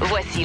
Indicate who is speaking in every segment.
Speaker 1: Voici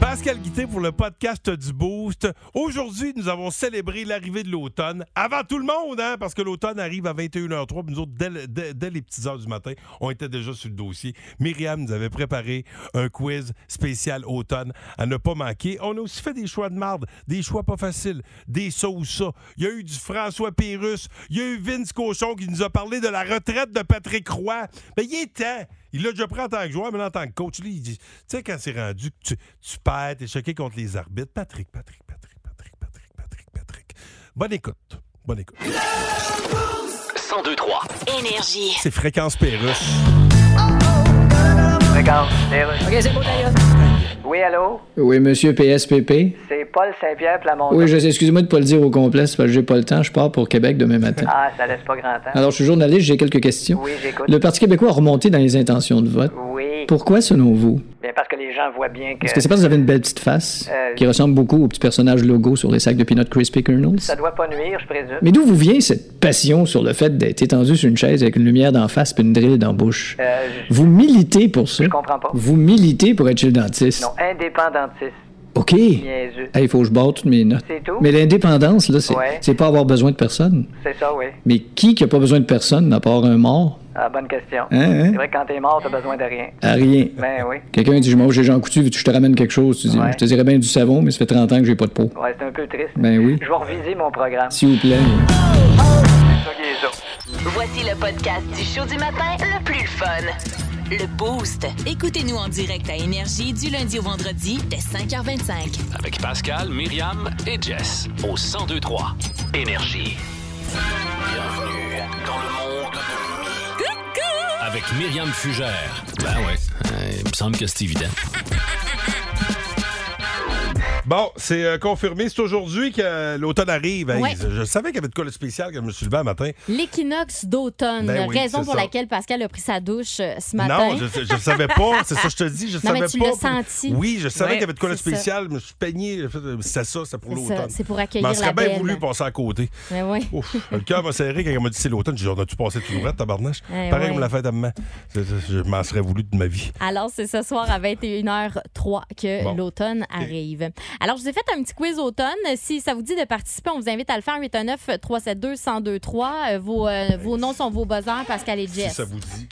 Speaker 2: Pascal Guité pour le podcast du Boost. Aujourd'hui, nous avons célébré l'arrivée de l'automne avant tout le monde, hein, parce que l'automne arrive à 21h03. Nous autres, dès, le- dès- dès les petites heures du matin, on était déjà sur le dossier. Myriam nous avait préparé un quiz spécial automne à ne pas manquer. On a aussi fait des choix de marde, des choix pas faciles, des ça ou ça. Il y a eu du François Pérus, il y a eu Vince Cochon qui nous a parlé de la retraite de Patrick Roy. Mais il est temps. Il l'a déjà pris en tant que joueur, mais là, en tant que coach, lui, il dit- tu sais, quand c'est rendu que tu, tu perds, t'es choqué contre les arbitres. Patrick, Patrick, Patrick, Patrick, Patrick, Patrick, Patrick. Bonne écoute. Bonne écoute.
Speaker 3: 1023.
Speaker 1: Énergie.
Speaker 2: C'est Fréquence Pérusse.
Speaker 4: Regarde, OK, c'est beau, d'ailleurs. Oui, allô?
Speaker 5: Oui, monsieur PSPP.
Speaker 4: C'est Paul Saint-Pierre Plamondon.
Speaker 5: Oui, je sais, excusez-moi de pas le dire au complet, c'est parce que j'ai pas le temps. Je pars pour Québec demain matin.
Speaker 4: Ah, ça laisse pas grand temps.
Speaker 5: Alors, je suis journaliste, j'ai quelques questions.
Speaker 4: Oui, j'écoute.
Speaker 5: Le Parti québécois a remonté dans les intentions de vote.
Speaker 4: Oui.
Speaker 5: Pourquoi, selon vous?
Speaker 4: Bien, parce que les gens voient bien que...
Speaker 5: Est-ce que c'est parce que vous avez une belle petite face
Speaker 4: Euh,
Speaker 5: qui ressemble beaucoup au petit personnage logo sur les sacs de peanut crispy kernels?
Speaker 4: Ça doit pas nuire, je présume.
Speaker 5: Mais d'où vous vient cette passion sur le fait d'être étendu sur une chaise avec une lumière d'en face et une drille d'en bouche?
Speaker 4: Euh, je-
Speaker 5: Vous militez pour ça?
Speaker 4: Je comprends pas.
Speaker 5: Vous militez pour être chez le dentiste?
Speaker 4: Non, indépendantiste,
Speaker 5: OK.
Speaker 4: niaiseux.
Speaker 5: Hey, Il faut que je barre toutes mes notes.
Speaker 4: C'est tout?
Speaker 5: Mais l'indépendance, là, c'est
Speaker 4: Ouais.
Speaker 5: c'est pas avoir besoin de personne.
Speaker 4: C'est ça, oui.
Speaker 5: Mais qui qui a pas besoin de personne à part un mort?
Speaker 4: Ah, bonne question.
Speaker 5: Hein, hein?
Speaker 4: C'est vrai que quand t'es mort, t'as besoin de rien.
Speaker 5: À rien.
Speaker 4: Ben oui.
Speaker 5: Quelqu'un dit, je mange chez Jean Coutu, veux-tu que je te ramène quelque chose? Tu dis,
Speaker 4: Ouais.
Speaker 5: je te dirais bien du savon, mais ça fait 30 ans que j'ai pas de peau.
Speaker 4: Ouais, c'est un peu triste.
Speaker 5: Ben oui.
Speaker 4: Je vais reviser mon programme.
Speaker 5: S'il vous plaît.
Speaker 1: Voici le podcast du show du matin le plus fun. Le Boost. Écoutez-nous en direct à Énergie du lundi au vendredi dès 5h25.
Speaker 3: Avec Pascal, Myriam et Jess. Au 1023. Énergie. Bienvenue dans le monde de Mi. Avec Myriam Fugère. Ben ouais. euh, il me semble que c'est évident.
Speaker 2: Bon, c'est euh, confirmé. C'est aujourd'hui que euh, l'automne arrive. Hey,
Speaker 6: Ouais.
Speaker 2: je, je savais qu'il y avait de quoi de spécial quand je me suis levé un matin.
Speaker 6: L'équinoxe d'automne,
Speaker 2: Ben oui,
Speaker 6: raison
Speaker 2: c'est
Speaker 6: pour
Speaker 2: ça.
Speaker 6: laquelle Pascal a pris sa douche euh, ce matin.
Speaker 2: Non, je ne savais pas. C'est ça, je te dis. Je
Speaker 6: Non,
Speaker 2: savais
Speaker 6: mais tu
Speaker 2: pas.
Speaker 6: l'as senti.
Speaker 2: Oui, je
Speaker 6: Ouais,
Speaker 2: savais qu'il y avait de quoi de
Speaker 6: c'est ça.
Speaker 2: spécial. Je me suis peigné. J'ai fait, euh, C'est ça, c'est pour
Speaker 6: C'est
Speaker 2: l'automne.
Speaker 6: ça, c'est pour
Speaker 2: Mais
Speaker 6: accueillir
Speaker 2: on serait
Speaker 6: la
Speaker 2: bien
Speaker 6: belle.
Speaker 2: voulu passer à côté.
Speaker 6: Mais Ben oui.
Speaker 2: Ouf, le cœur m'a serré quand elle m'a dit c'est l'automne. J'ai dit, on a-tu passé tout ouvert, tabarnache?
Speaker 6: Eh ouais.
Speaker 2: Pareil
Speaker 6: Ah,
Speaker 2: comme la fête à maman. C'est- c'est- Je m'en serais voulu de ma vie.
Speaker 6: Alors, c'est ce soir à 21h03 que
Speaker 2: Bon.
Speaker 6: l'automne arrive. Alors, je vous ai fait un petit quiz automne. Si ça vous dit de participer, on vous invite à le faire 819-372-1023. Euh, Vos, euh, vos noms sont vos buzzers, Pascal et
Speaker 2: Ben, Si
Speaker 6: Jess.
Speaker 2: ça vous dit.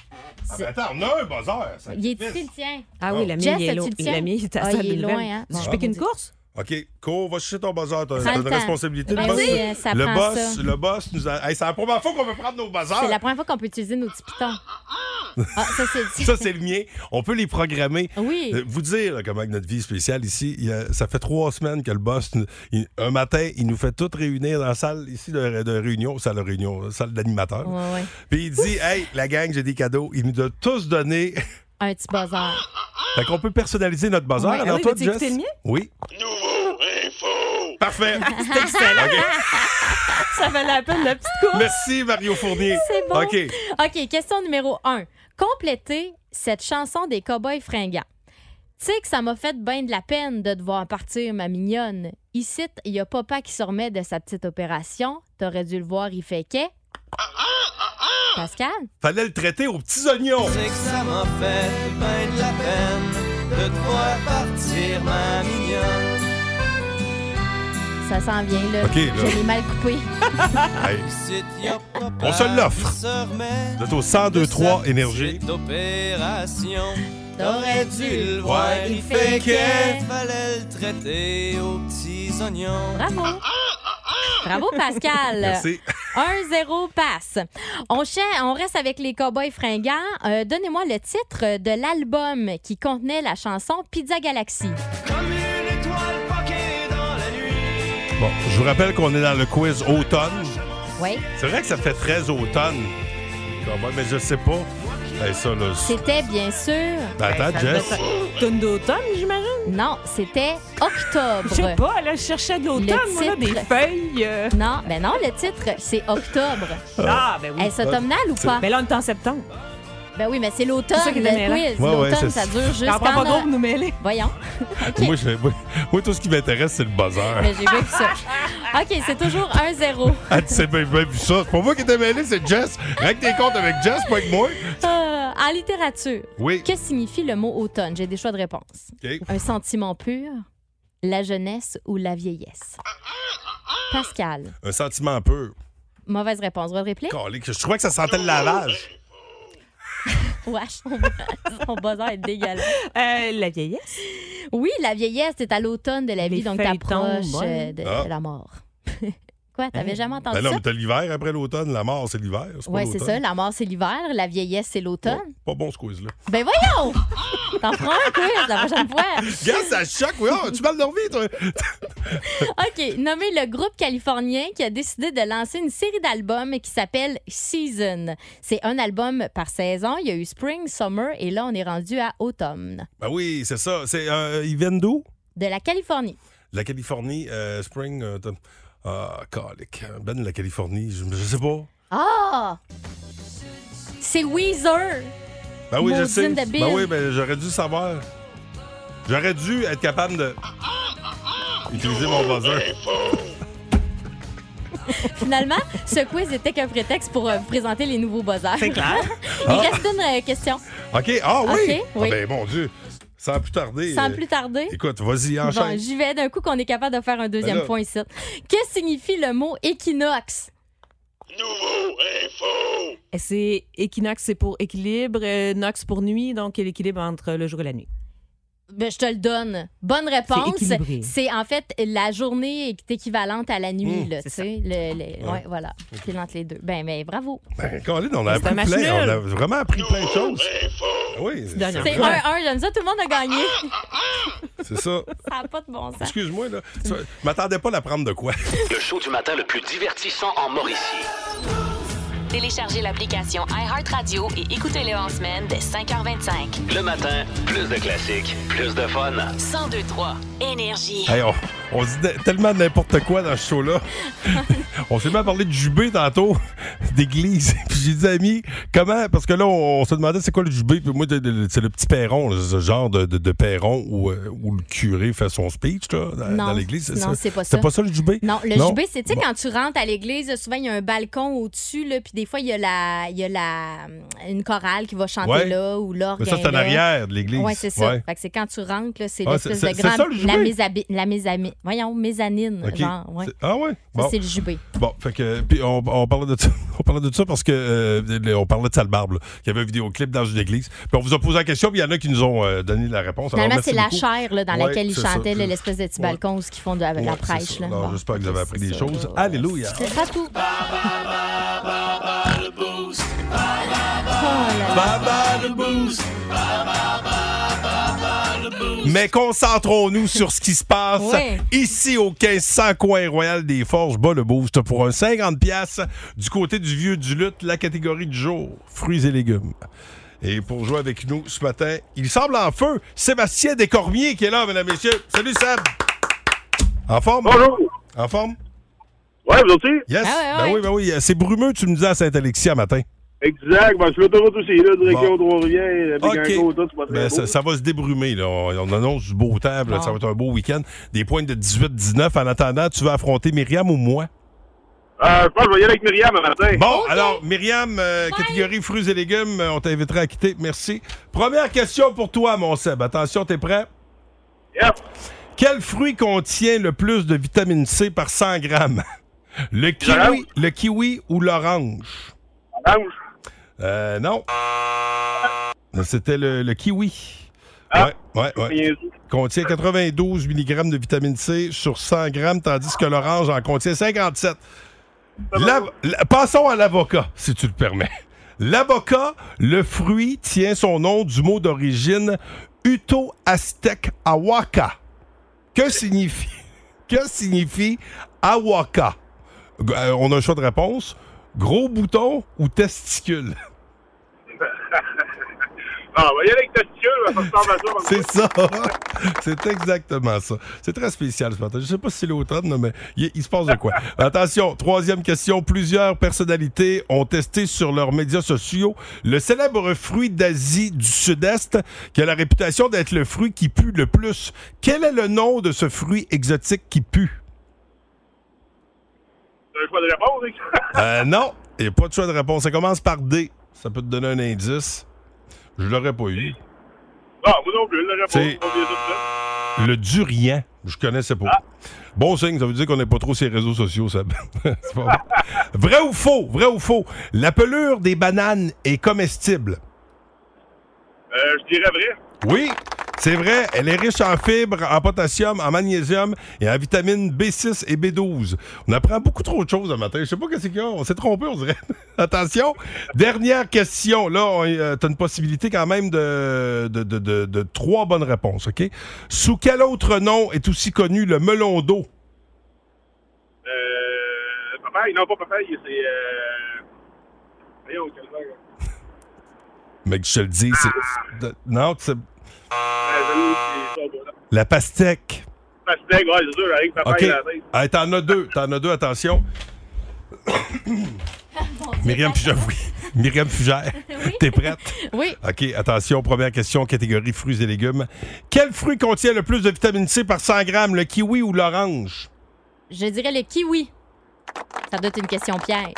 Speaker 2: Ah,
Speaker 6: C'est-
Speaker 2: ben attends, on a un buzzer. ça
Speaker 6: Il est
Speaker 2: fait.
Speaker 6: ici le tien?
Speaker 7: Ah oui, la
Speaker 6: Jess,
Speaker 7: mienne, il est
Speaker 6: as-tu
Speaker 7: lo-
Speaker 6: le tien?
Speaker 7: la mienne, il est à
Speaker 6: Ah,
Speaker 7: la salle
Speaker 6: il
Speaker 7: de
Speaker 6: est loin,
Speaker 7: nouvelles.
Speaker 6: hein?
Speaker 7: Je
Speaker 6: Bon,
Speaker 7: fais qu'une
Speaker 6: mon Dieu.
Speaker 7: course?
Speaker 2: OK, cours, va chercher ton buzzer. T'as
Speaker 6: Prends
Speaker 2: t'as
Speaker 6: le
Speaker 2: une
Speaker 6: temps.
Speaker 2: responsabilité.
Speaker 6: Ben
Speaker 2: le boss,
Speaker 6: oui, euh, ça
Speaker 2: le
Speaker 6: prend
Speaker 2: boss,
Speaker 6: ça.
Speaker 2: le boss nous a. Hey, c'est la première fois qu'on veut prendre nos
Speaker 6: C'est
Speaker 2: buzzers.
Speaker 6: la première fois qu'on peut utiliser nos petits pitons. Ah, ça, c'est
Speaker 2: Ça, c'est le mien. On peut les programmer.
Speaker 6: Oui.
Speaker 2: Euh, Vous dire là, comment notre vie est spéciale ici. Il y a- ça fait trois semaines que le boss, nous- il- un matin, il nous fait tous réunir dans la salle ici de, de réunion, salle de réunion, salle d'animateur.
Speaker 6: Ouais, ouais.
Speaker 2: Puis il dit Hey, la gang, j'ai des cadeaux. Il nous a tous donné.
Speaker 6: Un petit buzzer.
Speaker 2: fait qu'on peut personnaliser notre buzzer.
Speaker 7: Ouais, ah
Speaker 2: Alors,
Speaker 7: oui,
Speaker 2: toi,
Speaker 7: veux-tu écouter
Speaker 2: Jess?
Speaker 7: le mien?
Speaker 2: Oui. Nouveau info. Parfait. C'est excellent. OK.
Speaker 7: Ça valait la peine, la petite course?
Speaker 2: Merci, Mario Fournier.
Speaker 6: C'est bon.
Speaker 2: OK.
Speaker 6: OK, question numéro 1. Complétez cette chanson des Cowboys fringants. Tu sais que ça m'a fait bien de la peine de devoir partir, ma mignonne. Ici, il y a papa qui se remet de sa petite opération. T'aurais dû le voir, il fait qu'est. Pascal?
Speaker 2: Fallait le traiter aux petits oignons.
Speaker 6: Ça s'en vient, là.
Speaker 2: OK, là.
Speaker 6: Je l'ai mal coupé.
Speaker 2: Hey. On se l'offre. Vous êtes au 1023 Énergie.
Speaker 6: T'aurais dû le
Speaker 2: voir, il fait qu'est.
Speaker 6: Bravo! Bravo, Pascal!
Speaker 2: Merci.
Speaker 6: 1-0 passe. On, cha- on reste avec les cowboys fringants. Euh, Donnez-moi le titre de l'album qui contenait la chanson Pizza Galaxy.
Speaker 2: Bon, je vous rappelle qu'on est dans le quiz automne.
Speaker 6: Oui.
Speaker 2: C'est vrai que ça fait très automne. Quand même, mais je sais pas. Ben, ça, là, c'est-
Speaker 6: C'était bien sûr.
Speaker 2: Ben, attends, Jess.
Speaker 7: Tonne d'automne, j'imagine?
Speaker 6: Non, c'était octobre.
Speaker 7: Je sais pas, là, je cherchais de l'automne,
Speaker 6: Le
Speaker 7: moi, là, des
Speaker 6: titre.
Speaker 7: feuilles. euh.
Speaker 6: Non, ben non, le titre, c'est octobre.
Speaker 7: Ah, ben oui.
Speaker 6: Est-ce automnal ou pas?
Speaker 7: Mais là, on est en septembre.
Speaker 6: Ben oui, mais c'est l'automne,
Speaker 7: C'est ça qui est
Speaker 6: le
Speaker 7: démêlant.
Speaker 6: quiz.
Speaker 2: Ouais, ouais,
Speaker 6: l'automne,
Speaker 2: c'est-
Speaker 6: ça dure
Speaker 7: J'en prends pas
Speaker 6: jusqu'en...
Speaker 7: d'autres, nous mêler.
Speaker 6: Voyons. OK.
Speaker 2: Moi, je- moi- moi, tout ce qui m'intéresse, c'est le buzzer.
Speaker 6: Mais j'ai vu ça. OK, c'est toujours 1-0.
Speaker 2: Ah, tu sais bien, bien vu ça. C'est pas moi qui t'ai mêlé, c'est Jess. Règle tes comptes avec Jess, pas avec moi.
Speaker 6: Euh, en littérature,
Speaker 2: Oui.
Speaker 6: que signifie le mot automne? J'ai des choix de réponse.
Speaker 2: OK.
Speaker 6: Un sentiment pur, la jeunesse ou la vieillesse? Pascal,
Speaker 2: Un sentiment un peu.
Speaker 6: mauvaise réponse. Droit de réplique?
Speaker 2: calique. Je trouvais que ça sentait le lavage.
Speaker 6: Wesh, son buzz- son buzzer est dégueulasse.
Speaker 7: Euh, la vieillesse.
Speaker 6: Oui, la vieillesse, t'es à l'automne de la
Speaker 7: Les
Speaker 6: vie, donc
Speaker 7: feuilles
Speaker 6: t'approches
Speaker 7: tombent,
Speaker 6: euh, de,
Speaker 2: Ah.
Speaker 6: de la mort. Quoi,
Speaker 7: Hein?
Speaker 6: t'avais jamais entendu
Speaker 2: Ben non,
Speaker 6: Ah, ça?
Speaker 2: mais t'as l'hiver après l'automne, la mort, c'est l'hiver. C'est pas
Speaker 6: Oui, c'est ça.
Speaker 2: l'automne.
Speaker 6: La mort, c'est l'hiver. La vieillesse, c'est l'automne.
Speaker 2: Pas bon ce quiz-là.
Speaker 6: Ben voyons! T'en prends un quiz la prochaine fois.
Speaker 2: Regarde, ça choque, oui. oh, tu mal dormi, toi.
Speaker 6: OK, nommez le groupe californien qui a décidé de lancer une série d'albums qui s'appelle Season. C'est un album par saison. Il y a eu Spring, Summer et là, on est rendu à Automne.
Speaker 2: Ben oui, c'est ça. C'est, euh, ils viennent d'où?
Speaker 6: De la Californie.
Speaker 2: De La Californie, euh, Spring. euh, t'as- ah, calique. Ben, de la Californie, je, je sais pas.
Speaker 6: Ah! C'est Weezer!
Speaker 2: Ben oui, je
Speaker 6: Maudine
Speaker 2: sais.
Speaker 6: débile.
Speaker 2: Ben oui, ben j'aurais dû savoir. J'aurais dû être capable de.
Speaker 6: Ah,
Speaker 2: Utiliser mon buzzer.
Speaker 6: Finalement, ce quiz n'était qu'un prétexte pour euh, vous présenter les nouveaux buzzers.
Speaker 7: C'est clair.
Speaker 6: Il
Speaker 2: Ah.
Speaker 6: reste une euh, question.
Speaker 2: OK, ah oui!
Speaker 6: OK, oui.
Speaker 2: Ah, ben mon Dieu, sans plus tarder.
Speaker 6: Sans
Speaker 2: euh,
Speaker 6: plus tarder.
Speaker 2: Écoute, vas-y,
Speaker 6: Bon,
Speaker 2: enchaîne.
Speaker 6: j'y vais d'un coup qu'on est capable de faire un deuxième
Speaker 2: Ben là.
Speaker 6: point ici. Que signifie le mot équinoxe?
Speaker 7: Et C'est équinoxe, c'est pour équilibre, euh, nox pour nuit, donc l'équilibre entre le jour et la nuit.
Speaker 6: Ben, je te le donne. Bonne réponse.
Speaker 7: équilibré.
Speaker 6: C'est en fait la journée est équivalente à la nuit.
Speaker 2: Mmh,
Speaker 6: là, tu
Speaker 7: c'est
Speaker 6: sais, le- le- ouais,
Speaker 2: Ouais.
Speaker 6: voilà. C'est entre les deux. Ben, mais bravo.
Speaker 2: Ben, Colin, on a
Speaker 7: C'est un
Speaker 2: appris
Speaker 7: match
Speaker 2: plein.
Speaker 7: nul.
Speaker 2: On a vraiment appris plein de choses. Oui,
Speaker 7: dernière
Speaker 6: C'est
Speaker 7: Ouais.
Speaker 6: 1-1. J'aime ça. Tout le monde a gagné.
Speaker 2: c'est ça.
Speaker 6: ça n'a pas de bon sens.
Speaker 2: Excuse-moi, là. Ça- Je m'attendais pas à la prendre de quoi.
Speaker 8: Le show du matin le plus divertissant en Mauricie.
Speaker 1: Téléchargez l'application iHeartRadio et écoutez-le en semaine dès 5h25.
Speaker 3: Le matin, plus de classiques, plus de fun.
Speaker 1: 1023 Énergie.
Speaker 2: Hey, on, on se dit de- tellement n'importe quoi dans ce show-là. on s'est même parlé de jubé tantôt, d'église. Puis j'ai dit, ami, comment. Parce que là, on, on se demandait c'est quoi le jubé. Puis moi, de- de- c'est le petit perron, là, ce genre de, de- de perron où, euh, où le curé fait son speech là, dans,
Speaker 6: Non,
Speaker 2: dans l'église.
Speaker 6: non, c'est pas
Speaker 2: C'était
Speaker 6: ça.
Speaker 2: pas ça le jubé?
Speaker 6: Non, le
Speaker 2: Non.
Speaker 6: jubé, c'est, tu sais,
Speaker 2: Bon.
Speaker 6: quand tu rentres à l'église, souvent, il y a un balcon au-dessus, là, puis des fois, il y a, la, il y a la, une chorale qui va chanter
Speaker 2: Ouais.
Speaker 6: là ou l'orgue.
Speaker 2: Mais ça, c'est en arrière de l'église.
Speaker 6: Oui, c'est ça.
Speaker 2: Ouais.
Speaker 6: Fait que c'est quand tu rentres, là, c'est
Speaker 2: Ah,
Speaker 6: l'espèce
Speaker 2: c'est-
Speaker 6: de
Speaker 2: c'est-
Speaker 6: grand.
Speaker 2: c'est ça, le jubé?
Speaker 6: la mésabi- la mésamine. Voyons, mésanine,
Speaker 2: OK.
Speaker 6: genre. Ouais.
Speaker 2: C'est- Ah ouais?
Speaker 6: Ça,
Speaker 2: Bon.
Speaker 6: c'est le jubé.
Speaker 2: Bon, fait que puis on, on parlait de ça, on parlait de ça parce que euh, le- on parlait de sale barbe, là, qu'il y avait un vidéoclip dans une église. Puis on vous a posé la question, puis il y en a qui nous ont euh, donné la réponse. Alors,
Speaker 6: Finalement,
Speaker 2: merci
Speaker 6: c'est la
Speaker 2: beaucoup.
Speaker 6: chair là, dans
Speaker 2: Ouais,
Speaker 6: laquelle ils
Speaker 2: c'est ça,
Speaker 6: chantaient, là,
Speaker 2: c'est-
Speaker 6: l'espèce de petit
Speaker 2: ouais.
Speaker 6: balcon où ils font de la, la
Speaker 2: Ouais, c'est
Speaker 6: prêche.
Speaker 2: ça.
Speaker 6: là.
Speaker 2: Non,
Speaker 6: Bon,
Speaker 2: j'espère que vous
Speaker 6: ok,
Speaker 2: avez appris
Speaker 6: c'est
Speaker 2: des
Speaker 6: ça,
Speaker 2: choses.
Speaker 6: là.
Speaker 2: Alléluia.
Speaker 6: C'est pas tout. Oh là là.
Speaker 2: Mais concentrons-nous sur ce qui se passe
Speaker 6: Ouais.
Speaker 2: ici au 1500 Coin Royal des Forges, bas le boost pour un 50$ piastres du côté du vieux du lutte, la catégorie du jour, fruits et légumes. Et pour jouer avec nous ce matin, il semble en feu, Sébastien Descormiers qui est là, mesdames et messieurs. Salut Seb! En forme?
Speaker 9: Bonjour.
Speaker 2: En forme?
Speaker 9: Ouais, vous aussi?
Speaker 2: Yes?
Speaker 6: Ah ouais,
Speaker 2: Ben
Speaker 6: ouais.
Speaker 2: oui, ben oui. C'est brumeux, tu me disais à Saint-Alexis à matin.
Speaker 9: Exact. Ben, je suis l'autoroute aussi, là, direction
Speaker 2: Bon.
Speaker 9: Trois-Rivières, avec
Speaker 2: OK.
Speaker 9: un quota, c'est pas très
Speaker 2: Ben,
Speaker 9: beau.
Speaker 2: ça, ça va se débrumer. Là. On, on annonce du beau temps. là. Ça
Speaker 9: Ah.
Speaker 2: va être un beau week-end. Des pointes de 18-19. En attendant, tu vas affronter Myriam ou moi?
Speaker 9: Euh, je pense que je vais y aller avec Myriam hein. un matin.
Speaker 2: Bon, alors, Myriam, euh, catégorie fruits et légumes, euh, on t'invitera à quitter. Merci. Première question pour toi, mon Seb. Attention, t'es prêt?
Speaker 9: Yep.
Speaker 2: Quel fruit contient le plus de vitamine C par 100 grammes? Le
Speaker 9: L'orange.
Speaker 2: kiwi, le kiwi ou l'orange?
Speaker 9: Orange.
Speaker 2: Euh, non. C'était le, le kiwi.
Speaker 9: Ah.
Speaker 2: Ouais, ouais, ouais.
Speaker 9: Rien dit.
Speaker 2: contient 92 mg de vitamine C sur 100 g, tandis que l'orange en contient 57. La- la- passons à l'avocat, si tu le permets. L'avocat, le fruit, tient son nom du mot d'origine Uto Aztec Awaka. Que signifie, que signifie Awaka? G- euh, on a un choix de réponse. Gros bouton ou testicule?
Speaker 9: Ah, on va y aller avec testicule, ça ressemble à ça. mon
Speaker 2: C'est
Speaker 9: gars.
Speaker 2: ça. C'est exactement ça. C'est très spécial ce matin. Je sais pas si c'est l'automne, là, mais il, il se passe de quoi. Attention, troisième question. Plusieurs personnalités ont testé sur leurs médias sociaux le célèbre fruit d'Asie du Sud-Est qui a la réputation d'être le fruit qui pue le plus. Quel est le nom de ce fruit exotique qui pue?
Speaker 9: C'est un choix de réponse, hein?
Speaker 2: Euh, non, il n'y a pas de choix de réponse. Ça commence par D. Ça peut te donner un indice. Je l'aurais pas eu.
Speaker 9: Ah, moi non plus, la réponse,
Speaker 2: C'est-
Speaker 9: on vient tout de Ah. suite.
Speaker 2: Le durian, je connaissais pas. Bon signe, ça veut dire qu'on n'est pas trop sur les réseaux sociaux, ça. vrai ou faux, vrai ou faux, la pelure des bananes est comestible.
Speaker 9: Euh, je dirais vrai.
Speaker 2: Oui, c'est vrai, elle est riche en fibres, en potassium, en magnésium et en vitamines B6 et B12. On apprend beaucoup trop de choses ce matin. Je sais pas qu'est-ce qu'il y a, on s'est trompé, on dirait. Attention, dernière question. Là, on- euh, t'as une possibilité quand même de, de, de- de- de trois bonnes réponses, OK? Sous quel autre nom est aussi connu le melon d'eau?
Speaker 9: Euh, papaye, non, pas papaye, c'est. Euh... Voyons, calvaire.
Speaker 2: Mais que je te le dis, c'est. de- Non, c'est
Speaker 9: Euh, j'aime les- les-
Speaker 2: la pastèque.
Speaker 9: Pastèque, ouais, c'est sûr, avec papaye
Speaker 2: OK. Ah,
Speaker 9: à la tête.
Speaker 2: Hey, t'en as deux, t'en as deux, attention. Myriam Fugère, oui. Myriam Fugère, t'es prête?
Speaker 6: Oui.
Speaker 2: OK, attention, première question, catégorie fruits et légumes. Quel fruit contient le plus de vitamine C par 100 grammes, le kiwi ou l'orange?
Speaker 6: Je dirais le kiwi. Ça doit être une question piège.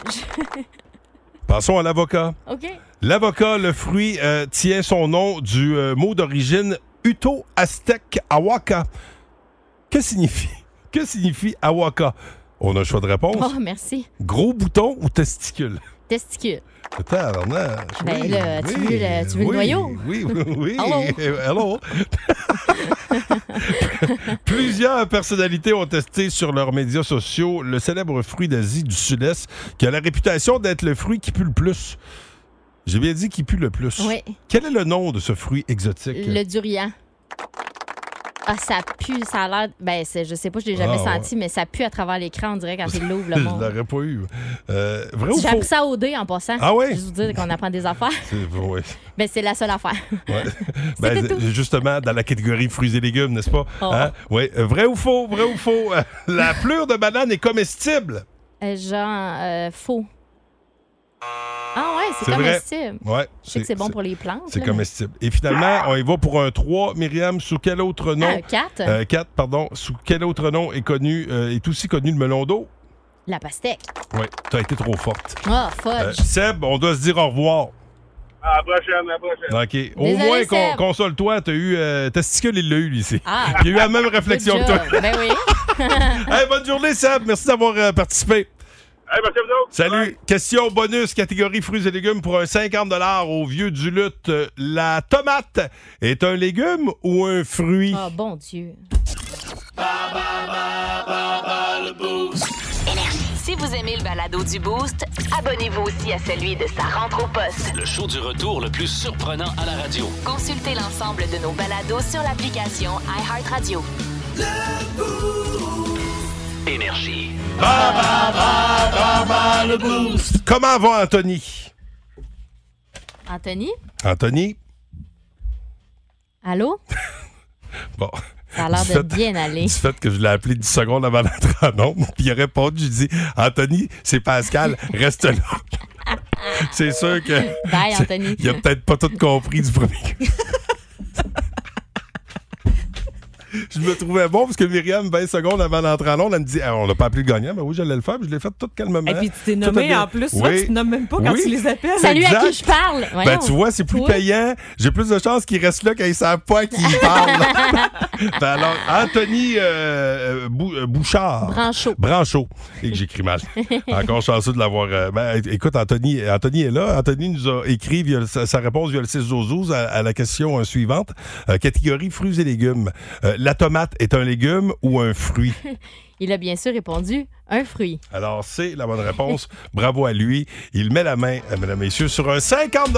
Speaker 2: Passons à l'avocat.
Speaker 6: OK.
Speaker 2: L'avocat, le fruit, euh, tient son nom du euh, mot d'origine Uto Aztec Awaka. Que signifie? Que signifie Awaka? On a le choix de réponse.
Speaker 6: Oh, merci.
Speaker 2: Gros bouton ou testicule?
Speaker 6: Testicule.
Speaker 2: Tabarnak,
Speaker 6: Ben
Speaker 2: oui,
Speaker 6: là, tu
Speaker 2: oui,
Speaker 6: veux le- tu veux le
Speaker 2: oui,
Speaker 6: noyau?
Speaker 2: Oui, oui, oui.
Speaker 6: Allô?
Speaker 2: Euh, allô? Plusieurs personnalités ont testé sur leurs médias sociaux le célèbre fruit d'Asie du Sud-Est qui a la réputation d'être le fruit qui pue le plus. J'ai bien dit qui pue le plus.
Speaker 6: Oui.
Speaker 2: Quel est le nom de ce fruit exotique?
Speaker 6: Le durian. Ah, ça pue, ça a l'air. Ben, c'est- je sais pas, je l'ai jamais
Speaker 2: Ah, ouais.
Speaker 6: senti, mais ça pue à travers l'écran, on dirait, quand il l'ouvre, le
Speaker 2: Je
Speaker 6: monde.
Speaker 2: l'aurais pas eu. Euh, vrai ou
Speaker 6: J'ai
Speaker 2: faux?
Speaker 6: appris ça au dé en passant.
Speaker 2: Ah ouais?
Speaker 6: Je vous dire qu'on apprend des affaires.
Speaker 2: C'est- ouais.
Speaker 6: Ben, c'est la seule affaire.
Speaker 2: Ouais. Ben,
Speaker 6: C'était tout.
Speaker 2: justement, dans la catégorie fruits et légumes, n'est-ce pas?
Speaker 6: Oh.
Speaker 2: Hein? Ouais. Euh, Vrai ou faux? Vrai ou faux? Euh, La pleure de banane est comestible.
Speaker 6: Euh, genre, euh, faux. Ah ouais, c'est
Speaker 2: C'est vrai.
Speaker 6: comestible.
Speaker 2: Ouais,
Speaker 6: Je sais que c'est bon pour les plantes.
Speaker 2: C'est
Speaker 6: là,
Speaker 2: comestible. Et finalement, on y va pour un 3. Myriam, sous quel autre
Speaker 6: mais-
Speaker 2: nom?
Speaker 6: Ah, un quatre,
Speaker 2: Euh, quatre, pardon. Sous quel autre nom est connu, euh, est aussi connu le melon d'eau?
Speaker 6: La pastèque.
Speaker 2: Oui, t'as été trop forte.
Speaker 6: Ah,
Speaker 2: Euh,
Speaker 6: fudge.
Speaker 2: Seb, on doit se dire au revoir.
Speaker 9: À la prochaine, à la prochaine.
Speaker 2: OK. Au
Speaker 6: Désolé,
Speaker 2: moins, qu'on-
Speaker 6: Seb.
Speaker 2: console-toi, t'as eu euh, testicule, il l'a eu, lui, ici.
Speaker 6: Ah,
Speaker 2: Il a eu la même réflexion que
Speaker 6: good
Speaker 2: toi.
Speaker 6: job. Ben oui.
Speaker 2: Hey, bonne journée, Seb. Merci d'avoir euh, participé.
Speaker 9: Hey, merci à vous autres.
Speaker 2: Salut.
Speaker 9: Bye.
Speaker 2: Question bonus, catégorie fruits et légumes pour un 50 au vieux du lutte. Euh, La tomate est un légume ou un fruit?
Speaker 6: Oh, bon Dieu.
Speaker 1: Si vous aimez le balado du Boost, abonnez-vous aussi à celui de sa rentre au poste.
Speaker 8: Le show du retour le plus surprenant à la radio.
Speaker 1: Consultez l'ensemble de nos balados sur l'application iHeartRadio.
Speaker 8: Énergie.
Speaker 2: Comment va Anthony?
Speaker 6: Anthony?
Speaker 2: Anthony?
Speaker 6: Allô?
Speaker 2: Bon.
Speaker 6: Ça a l'air
Speaker 2: Du
Speaker 6: de
Speaker 2: fait-
Speaker 6: bien aller.
Speaker 2: Du fait que je l'ai appelé 10 secondes avant d'entrer en nombre, puis il a répondu, j'ai dit Anthony, c'est Pascal, reste là. c'est sûr que.
Speaker 6: Bye,
Speaker 2: c'est-
Speaker 6: Anthony.
Speaker 2: Il a peut-être pas tout compris du premier coup. Je me trouvais bon parce que Myriam, 20 secondes avant d'entrer en onde, elle me dit Ah, On n'a pas appelé le gagnant, mais oui, j'allais le faire, puis je l'ai fait tout calmement.
Speaker 7: Et puis tu t'es
Speaker 2: Tout a
Speaker 7: nommé
Speaker 2: bien-
Speaker 7: en plus.
Speaker 2: Oui.
Speaker 7: Toi, tu te nommes même pas quand
Speaker 2: Oui.
Speaker 7: tu les appelles.
Speaker 6: Salut à
Speaker 2: exact.
Speaker 6: qui je parle.
Speaker 2: Ben,
Speaker 6: Voyons.
Speaker 2: tu vois, c'est plus
Speaker 6: Oui.
Speaker 2: payant. J'ai plus de chances qu'ils restent là quand ils savent pas à qui ils parlent. Ben alors, Anthony euh, euh, Bou- euh, Bouchard.
Speaker 6: Branchot.
Speaker 2: Branchot. Et que j'écris mal. Encore chanceux de l'avoir. euh, ben, é- écoute, Anthony, Anthony est là. Anthony nous a écrit via le- sa, sa réponse via le 6 12 à, à la question euh, suivante. Euh, catégorie fruits et légumes. Euh, la tomate est un légume ou un fruit?
Speaker 6: Il a bien sûr répondu un fruit.
Speaker 2: Alors, c'est la bonne réponse. Bravo à lui. Il met la main, euh, mesdames, messieurs, sur un 50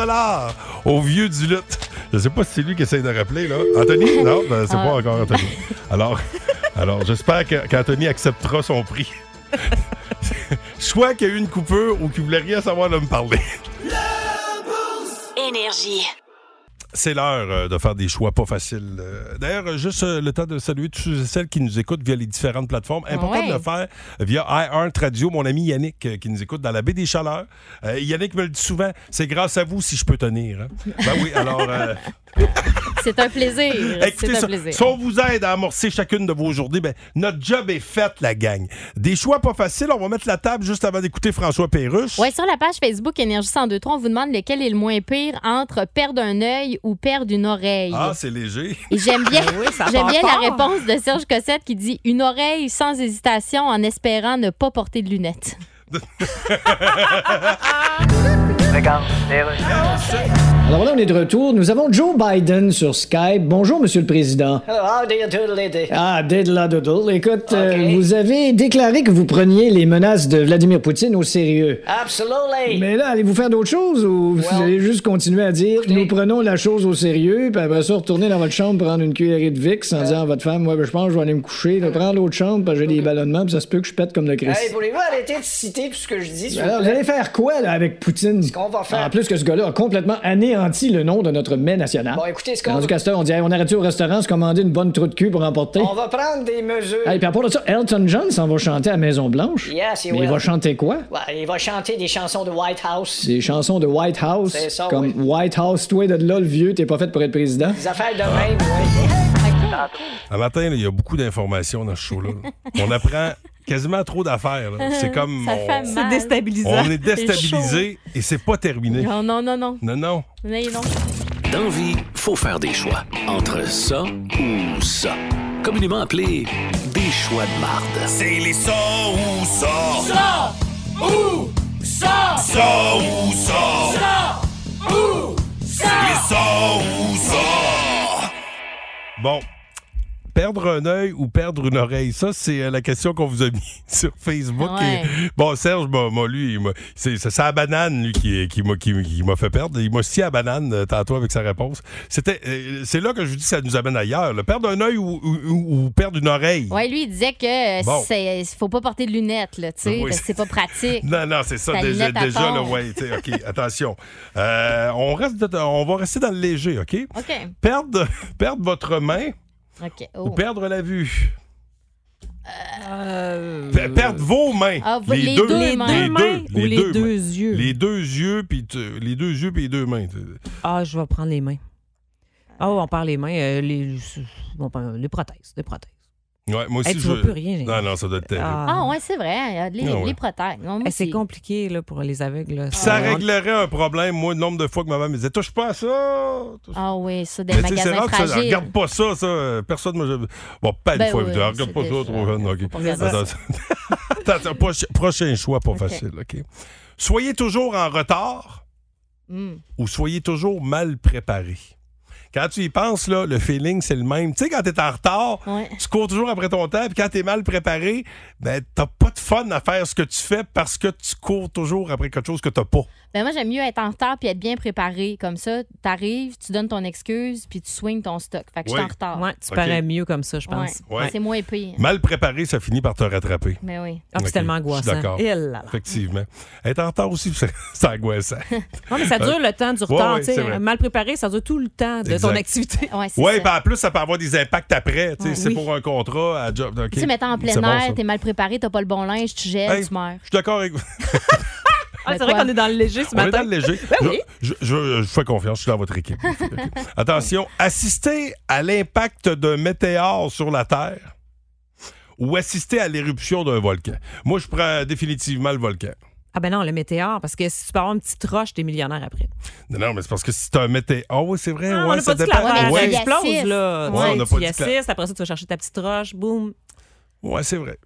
Speaker 2: au vieux du lutte. Je sais pas si c'est lui qui essaie de rappeler, là. Anthony? Non, ben, c'est
Speaker 6: Ah.
Speaker 2: pas encore Anthony. Alors, alors j'espère que- qu'Anthony acceptera son prix. soit qu'il y a eu une coupure ou qu'il voulait rien savoir de me parler.
Speaker 1: Énergie.
Speaker 2: C'est l'heure euh, de faire des choix pas faciles. Euh, D'ailleurs, euh, juste euh, le temps de saluer tous ceux et celles qui nous écoutent via les différentes plateformes. Important
Speaker 10: Ouais.
Speaker 2: de le faire via iHeart Radio, mon ami Yannick euh, qui nous écoute dans la baie des Chaleurs. Euh, Yannick me le dit souvent, c'est grâce à vous si je peux tenir. hein. Ben oui, alors... euh,
Speaker 6: C'est un plaisir.
Speaker 2: Écoutez,
Speaker 6: C'est un
Speaker 2: ça,
Speaker 6: plaisir.
Speaker 2: si on vous aide à amorcer chacune de vos journées, ben, notre job est fait, la gang. Des choix pas faciles, on va mettre la table juste avant d'écouter François Pérusse.
Speaker 6: Ouais, sur la page Facebook Énergie 1023, on vous demande lequel est le moins pire entre perdre un œil ou perdre une oreille.
Speaker 2: ah, c'est léger.
Speaker 6: Et j'aime bien,
Speaker 2: ça
Speaker 6: j'aime
Speaker 2: part
Speaker 6: bien
Speaker 2: fort.
Speaker 6: la réponse de Serge Cossette qui dit une oreille sans hésitation en espérant ne pas porter de lunettes.
Speaker 5: Alors là, on est de retour. Nous avons Joe Biden sur Skype. Bonjour, Monsieur le Président.
Speaker 11: How do you do, lady?
Speaker 5: Ah, diddla doodle. Écoute, euh, vous avez déclaré que vous preniez les menaces de Vladimir Poutine au sérieux.
Speaker 11: Absolutely.
Speaker 5: Mais là, allez-vous faire d'autres choses ou vous allez juste continuer à dire nous prenons la chose au sérieux, puis après ça, retourner dans votre chambre, prendre une cuillerée de Vicks
Speaker 11: Euh.
Speaker 5: en disant à votre femme, ouais, ben, je pense que je vais aller me coucher, là, prendre l'autre chambre, parce que j'ai des ballonnements, puis ça se peut que je pète comme le Christ.
Speaker 11: Hey, voulez-vous arrêter de citer tout ce que je dis? s'il vous
Speaker 5: Alors, vous
Speaker 11: plaît?
Speaker 5: allez faire quoi là, avec Poutine? Ce qu'on va
Speaker 11: faire.
Speaker 5: En plus que ce gars-là a complètement anéanti le nom de notre mets national.
Speaker 11: Bon, écoutez, ce qu'on-
Speaker 5: Rendu qu'à cette heure, on dit, Hey, on arrête au restaurant, se commander une bonne trou de cul pour emporter.
Speaker 11: On va prendre des mesures.
Speaker 5: Hey, puis à part de ça, Elton John s'en va chanter à Maison-Blanche.
Speaker 11: Yes, he
Speaker 5: Mais il
Speaker 11: will.
Speaker 5: va chanter quoi?
Speaker 11: Ouais, il va chanter des chansons de White House.
Speaker 5: Des chansons de White House.
Speaker 11: C'est ça,
Speaker 5: comme White House, toi, de là, le vieux, t'es pas fait pour être président.
Speaker 11: Des affaires de même, oui.
Speaker 2: Un matin, là, il y a beaucoup d'informations dans ce show-là. on apprend quasiment trop d'affaires. là. C'est comme.
Speaker 6: Ça
Speaker 2: on,
Speaker 6: fait mal.
Speaker 7: C'est déstabilisant.
Speaker 2: on est déstabilisé et c'est pas terminé.
Speaker 6: Non, non, non, non.
Speaker 2: Non, non.
Speaker 6: Non, non.
Speaker 3: Dans vie, faut faire des choix. Entre ça ou ça. Communément appelé des choix de marde. C'est les ça ou ça.
Speaker 10: Ça ou ça.
Speaker 3: Ça ou ça.
Speaker 10: Ça ou ça.
Speaker 2: Bon. Perdre un œil ou perdre une oreille, ça, c'est euh, la question qu'on vous a mis sur Facebook.
Speaker 10: Ouais.
Speaker 2: Et- bon, Serge, m'a m'a, lui, il m'a- c'est c'est sa banane, lui, qui, qui m'a qui- qui m'a fait perdre. Il m'a scié à banane euh, tantôt avec sa réponse. C'était, euh, C'est là que je vous dis que ça nous amène ailleurs. là. Perdre un œil ou, ou- ou- ou perdre une oreille.
Speaker 6: Ouais, lui, il disait que euh,
Speaker 2: Bon. Ben
Speaker 6: c'est- faut pas porter de lunettes, là, tu sais,
Speaker 2: Oui,
Speaker 6: parce que c'est pas pratique.
Speaker 2: Non, non, c'est ça.
Speaker 6: Ta
Speaker 2: Déjà,
Speaker 6: lunette à
Speaker 2: déjà là,
Speaker 6: fond.
Speaker 2: ouais, tu sais, OK, attention. Euh, on, reste de- on va rester dans le léger, OK?
Speaker 6: OK.
Speaker 2: Perdre, perdre votre main
Speaker 6: OK.
Speaker 2: ou
Speaker 6: Oh.
Speaker 2: perdre la vue. Pe- perdre vos mains.
Speaker 6: Ah, vous- les deux
Speaker 2: les
Speaker 6: mains.
Speaker 2: deux,
Speaker 6: Les
Speaker 7: deux mains ou Euh, les deux
Speaker 2: mains.
Speaker 7: yeux.
Speaker 2: Les deux yeux, puis tu- les deux yeux, puis les deux mains.
Speaker 7: Ah, je vais prendre les mains. Ah, on parle les mains. euh, les, bon, ben, les prothèses. Les prothèses.
Speaker 2: Ouais, moi aussi,
Speaker 7: Hey, tu
Speaker 2: je.
Speaker 7: vois plus rien, j'ai-
Speaker 2: non, non, ça doit être terrible.
Speaker 7: Ah.
Speaker 6: Ah, ouais, c'est vrai. Les,
Speaker 2: Ah ouais.
Speaker 6: les protèges. Non, moi
Speaker 7: Eh, c'est
Speaker 6: aussi.
Speaker 7: compliqué là, pour les aveugles. là.
Speaker 2: Ça
Speaker 7: Ah,
Speaker 2: réglerait un problème, moi, le nombre de fois que ma maman me disait Touche pas à ça.
Speaker 6: Ah, oui, ça, des
Speaker 2: Mais tu sais, c'est
Speaker 6: magasins
Speaker 2: rare que ça.
Speaker 6: fragiles.
Speaker 2: Regarde pas ça, ça. euh, Personne ne m'a. Bon, pas
Speaker 6: Ben
Speaker 2: une fois,
Speaker 6: oui,
Speaker 2: évidemment. Regarde
Speaker 6: c'est
Speaker 2: pas ça,
Speaker 6: déjà-
Speaker 2: trop jeune. OK.
Speaker 6: pas regarder ça.
Speaker 2: Attends, attends, attends, proche- prochain choix, pas facile. OK. Soyez toujours en retard.
Speaker 6: Hmm.
Speaker 2: ou soyez toujours mal préparé. Quand tu y penses, là, le feeling, c'est le même. Tu sais, quand t'es en retard, tu cours toujours après ton temps, puis quand t'es mal préparé, ben, t'as pas de fun à faire ce que tu fais parce que tu cours toujours après quelque chose que t'as pas.
Speaker 6: Ben moi, j'aime mieux être en retard puis être bien préparé. Comme ça, t'arrives, tu donnes ton excuse puis tu swings ton stock. Fait que je suis en
Speaker 2: Oui.
Speaker 6: retard.
Speaker 7: Ouais, tu
Speaker 2: Ok.
Speaker 7: parais mieux comme ça, je pense.
Speaker 6: Ouais.
Speaker 2: Ouais.
Speaker 6: C'est moins pire.
Speaker 2: Mal préparé, ça finit par te rattraper.
Speaker 6: Mais oui.
Speaker 7: Ah, puis c'est
Speaker 2: Ok,
Speaker 7: tellement
Speaker 2: je suis
Speaker 7: angoissant.
Speaker 2: d'accord.
Speaker 7: Et là là.
Speaker 2: Effectivement. Être en retard aussi, c'est c'est angoissant.
Speaker 7: Non, mais ça dure le temps du
Speaker 2: Ouais,
Speaker 7: retard.
Speaker 2: ouais,
Speaker 7: tu sais.
Speaker 2: c'est vrai.
Speaker 7: mal préparé, ça dure tout le temps de ton
Speaker 2: Exact.
Speaker 7: activité.
Speaker 2: Oui, puis en plus, ça peut avoir des impacts après. tu sais,
Speaker 7: Ouais,
Speaker 2: c'est
Speaker 7: oui.
Speaker 2: pour un contrat à job. ok.
Speaker 6: Tu sais, mettons en plein
Speaker 2: C'est bon,
Speaker 6: air,
Speaker 2: ça.
Speaker 6: t'es mal préparé, t'as pas le bon linge, tu gèles,
Speaker 2: Hey,
Speaker 6: tu meurs. Ben,
Speaker 2: Je suis d'accord avec vous.
Speaker 7: Ah, c'est
Speaker 6: Mais
Speaker 7: vrai
Speaker 6: toi?
Speaker 7: qu'on est dans le léger ce
Speaker 2: On est
Speaker 7: matin.
Speaker 2: dans le léger.
Speaker 7: Ben oui.
Speaker 2: je, je- je- je fais confiance, je suis dans votre équipe. Ok. Attention, assister à l'impact d'un météore sur la Terre ou assister à l'éruption d'un volcan. Moi, je prends définitivement le volcan.
Speaker 7: Ah ben non, le météore, parce que si tu peux avoir une petite roche, t'es millionnaire après.
Speaker 2: Non, non, mais c'est parce que si c'est un météore. Ah oui, c'est vrai.
Speaker 7: Ah,
Speaker 2: ouais,
Speaker 7: on n'a pas
Speaker 2: ça
Speaker 7: dit que
Speaker 2: dépend.
Speaker 7: la roche
Speaker 2: Ouais.
Speaker 7: elle explose, là.
Speaker 2: Ouais, on
Speaker 7: Tu
Speaker 2: n'a
Speaker 7: sais,
Speaker 2: pas
Speaker 7: tu y
Speaker 2: dit que la-
Speaker 7: assistes, après ça, tu vas chercher ta petite roche, boum.
Speaker 2: Ouais, c'est vrai.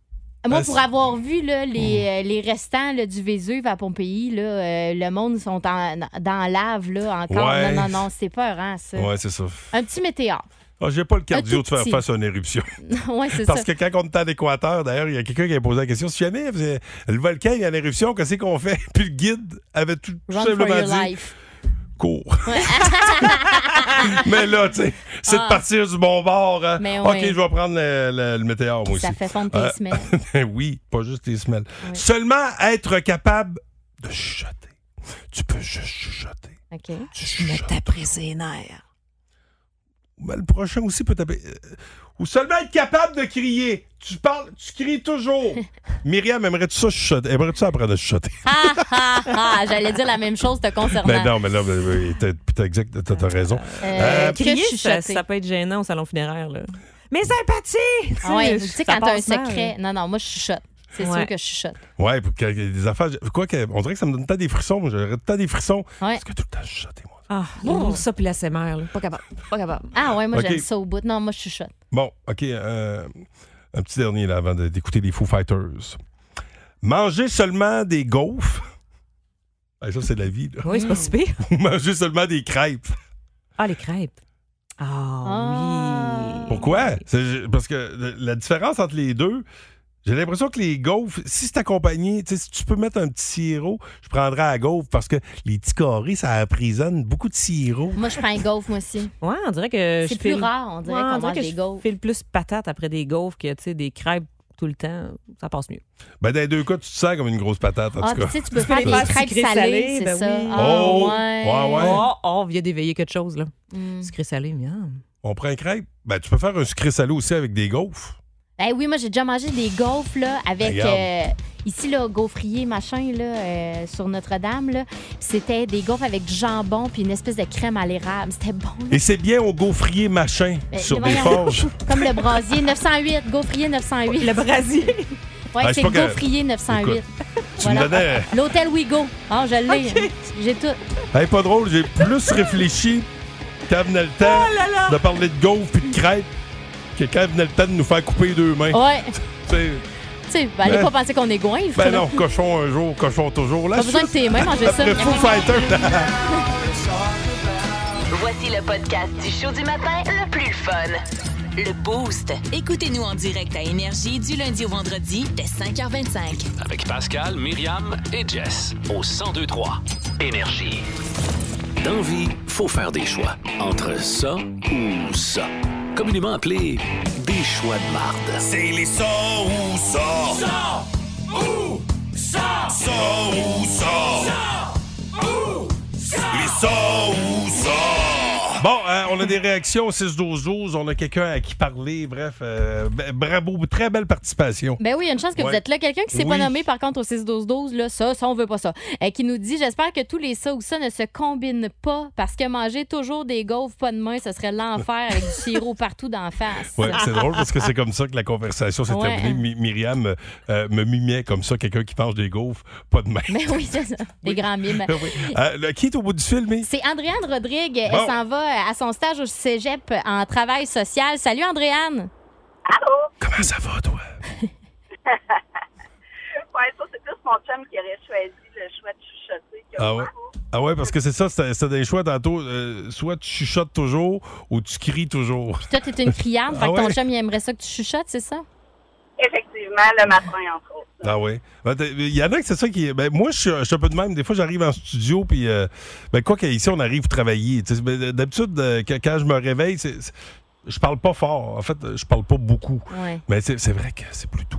Speaker 6: Moi,
Speaker 2: Ben,
Speaker 6: pour
Speaker 2: c'est- Mm.
Speaker 6: avoir vu là, les, euh, les restants là, du Vésuve à Pompéi, là, euh, le monde sont en, dans lave là, encore.
Speaker 2: Ouais.
Speaker 6: Non, non, non, c'est peur, hein, ça.
Speaker 2: Ouais, c'est ça.
Speaker 6: Un petit météore.
Speaker 2: Ah, J'ai pas le cardio
Speaker 6: tout
Speaker 2: de faire
Speaker 6: petit.
Speaker 2: face à une éruption.
Speaker 6: ouais, c'est ça.
Speaker 2: Parce que quand on est à l'équateur, d'ailleurs, il y a quelqu'un qui a posé la question si jamais vous avez- le volcan, il y a une éruption, qu'est-ce qu'on fait Puis le guide avait tout, tout
Speaker 6: Run for
Speaker 2: simplement
Speaker 6: your
Speaker 2: dit
Speaker 6: life.
Speaker 2: court. Mais là, tu sais, c'est
Speaker 6: Ah.
Speaker 2: de partir du bon bord. hein.
Speaker 6: Mais
Speaker 2: OK,
Speaker 6: ouais.
Speaker 2: je vais prendre le, le- le météore, moi aussi.
Speaker 6: Ça fait fondre tes
Speaker 2: Euh,
Speaker 6: semelles.
Speaker 2: oui, pas juste tes semelles. Seulement être capable de chuchoter. Tu peux juste chuchoter.
Speaker 6: OK.
Speaker 2: Je me
Speaker 7: taperai ses nerfs.
Speaker 2: Ben, le prochain aussi peut taper. euh, ou seulement être capable de crier. Tu parles, tu cries toujours. Myriam, aimerais-tu ça chuchoter? Aimerais-tu ça apprendre à chuchoter?
Speaker 6: Ah, ah, ah, J'allais dire la même chose te concernant.
Speaker 2: Ben non, mais là, ben, ben, t'as- t'as exact, t'as- t'as raison. Euh,
Speaker 7: Crier,
Speaker 6: Chris
Speaker 7: ça,
Speaker 6: chuchoter.
Speaker 7: ça peut être gênant au salon funéraire. Là. Mes sympathies!
Speaker 6: Ah ouais, tu sais,
Speaker 7: ça
Speaker 6: quand t'as un
Speaker 7: passe mal.
Speaker 6: secret. Non, non, moi, je chuchote. C'est
Speaker 7: Ouais.
Speaker 6: sûr que je chuchote.
Speaker 2: Ouais, pour que- des affaires. Quoi que, on dirait que ça me donne tant des frissons. Moi, J'aurais tant des frissons. Parce que tout le temps, je chuchote.
Speaker 7: Ah,
Speaker 6: Ouh.
Speaker 7: ça puis la sémère, là. Pas capable. Pas capable.
Speaker 6: Ah ouais, moi,
Speaker 2: Ok.
Speaker 6: j'aime ça au bout. Non, moi, je chuchote.
Speaker 2: Bon, OK. euh, un petit dernier là, avant de- d'écouter les Foo Fighters. Manger seulement des gaufres. Ah, ça, c'est de la vie. là.
Speaker 7: Oui, c'est pas si pire.
Speaker 2: Ou manger seulement des crêpes.
Speaker 7: Ah, les crêpes. Ah,
Speaker 2: Pourquoi? C'est- Parce que le- la différence entre les deux, j'ai l'impression que les gaufres, si c'est accompagné, tu sais, si tu peux mettre un petit sirop, je prendrais à la gaufre parce que les petits carrés, ça emprisonne beaucoup de sirop.
Speaker 6: Moi, je prends un gaufre, moi aussi.
Speaker 7: oui. Ouais, on dirait que.
Speaker 6: C'est
Speaker 7: Euh, je
Speaker 6: plus
Speaker 7: file-
Speaker 6: rare, on dirait
Speaker 7: Ouais,
Speaker 6: qu'on mange
Speaker 7: que
Speaker 6: des
Speaker 7: je
Speaker 6: gaufres.
Speaker 7: file plus patate après des gaufres que tu sais, des crêpes tout le temps. Ça passe mieux.
Speaker 2: Ben, dans les deux cas, tu te sens comme une grosse patate, en
Speaker 6: Ah,
Speaker 2: tout cas.
Speaker 6: tu sais, tu peux faire des crêpes
Speaker 7: sucrées,
Speaker 6: salées,
Speaker 7: salées,
Speaker 6: c'est
Speaker 7: ben
Speaker 6: ça.
Speaker 7: oui.
Speaker 6: Ah,
Speaker 2: Oh,
Speaker 6: ouais. Mm.
Speaker 2: ouais, ouais.
Speaker 7: Oh, oh, on vient d'éveiller quelque chose, là. Sucré salé, miam.
Speaker 2: On prend une crêpe. Ben, tu peux faire un sucré salé aussi avec des gaufres.
Speaker 6: Eh oui, moi, j'ai déjà mangé des gaufres, là, avec.
Speaker 2: Regarde.
Speaker 6: euh, ici, là, gaufrier, machin, là, euh, sur Notre-Dame, là. Puis c'était des gaufres avec du jambon puis une espèce de crème à l'érable. C'était bon.
Speaker 2: Et c'est bien au gaufrier machin
Speaker 6: Ben,
Speaker 2: sur des
Speaker 6: voyons.
Speaker 2: forges.
Speaker 6: Comme le brasier 908, gaufrier 908. Le brasier? Oui,
Speaker 2: Ah,
Speaker 6: c'est
Speaker 2: c'est pas que-
Speaker 6: gaufrier 908.
Speaker 2: Écoute, tu me donnais-
Speaker 6: L'hôtel Wigo. Ah, je l'ai. J'ai tout.
Speaker 2: Hey, pas drôle, j'ai plus réfléchi quand venait le temps
Speaker 6: Oh là là!
Speaker 2: de parler de gaufres puis de crêpes que quand venait le temps de nous faire couper les deux mains.
Speaker 6: Ouais.
Speaker 2: Tu sais,
Speaker 6: Tu sais, ben, allez
Speaker 2: Ben-
Speaker 6: pas penser qu'on est goinfre.
Speaker 2: Ben
Speaker 6: là.
Speaker 2: non, cochon un jour, cochon toujours. Là,
Speaker 6: Pas besoin que tes mains mangent ça.
Speaker 2: Après Foo Fighter.
Speaker 1: Voici le podcast du show du matin le plus fun. Le Boost. Écoutez-nous en direct à Énergie du lundi au vendredi dès 5h25.
Speaker 8: Avec Pascal, Myriam et Jess au 1023 Énergie. Dans vie, faut faire des choix. Entre ça ou ça. Communément appelé des choix de marde. C'est les ça ou ça.
Speaker 10: Ça ou ça.
Speaker 12: Ça ou ça.
Speaker 2: Les ça ou ça. Bon, euh, on a des réactions au 6-12-12. On a quelqu'un à qui parler. Bref, euh, b- bravo, très belle participation.
Speaker 6: Ben oui, il y a une chance que vous
Speaker 2: Ouais.
Speaker 6: êtes là. Quelqu'un qui s'est pas
Speaker 2: Oui.
Speaker 6: nommé, par contre, au 6-12-12, là, ça, ça, on veut pas ça. Euh, qui nous dit J'espère que tous les ça ou ça ne se combinent pas parce que manger toujours des gaufres pas de main, ce serait l'enfer avec du sirop partout d'en face. Ah,
Speaker 2: Ouais, c'est drôle parce que c'est comme ça que la conversation s'est
Speaker 6: Ouais.
Speaker 2: terminée. My- Myriam euh, me mimait comme ça, quelqu'un qui mange des gaufres, pas de main.
Speaker 6: Mais ben oui, c'est ça. Des grands mimes.
Speaker 2: Oui. Euh, le- qui est au bout du film? mais-
Speaker 6: C'est Andréane Rodrigue. Elle
Speaker 2: Bon.
Speaker 6: s'en va euh, à son stage au cégep euh, en travail social. Salut, Andréane.
Speaker 2: Comment ça va, toi?
Speaker 13: ouais, ça, c'est plus mon chum qui aurait choisi le choix de chuchoter. que
Speaker 2: Ah
Speaker 13: moi.
Speaker 2: ouais. Ah ouais, parce que c'est ça, c'était c'était des choix tantôt. euh, soit tu chuchotes toujours ou tu cries toujours.
Speaker 6: Toi, t'es une criarde.
Speaker 2: Ah
Speaker 6: fait que ton
Speaker 2: ouais?
Speaker 6: chum, il aimerait ça que tu chuchotes, c'est ça?
Speaker 13: Effectivement, le matin, entre autres.
Speaker 2: Ah ouais. Ben, t'es- Il y en a que c'est ça qui. est- Ben, moi, je suis je suis un peu de même. Des fois, j'arrive en studio, puis. euh, ben, quoi qu'ici, on arrive travailler. Tu sais, ben, D'habitude, euh, que- quand je me réveille, c'est- c'est- je parle pas fort. En fait, je parle pas beaucoup.
Speaker 6: Ouais.
Speaker 2: Mais c'est c'est vrai que c'est plus doux.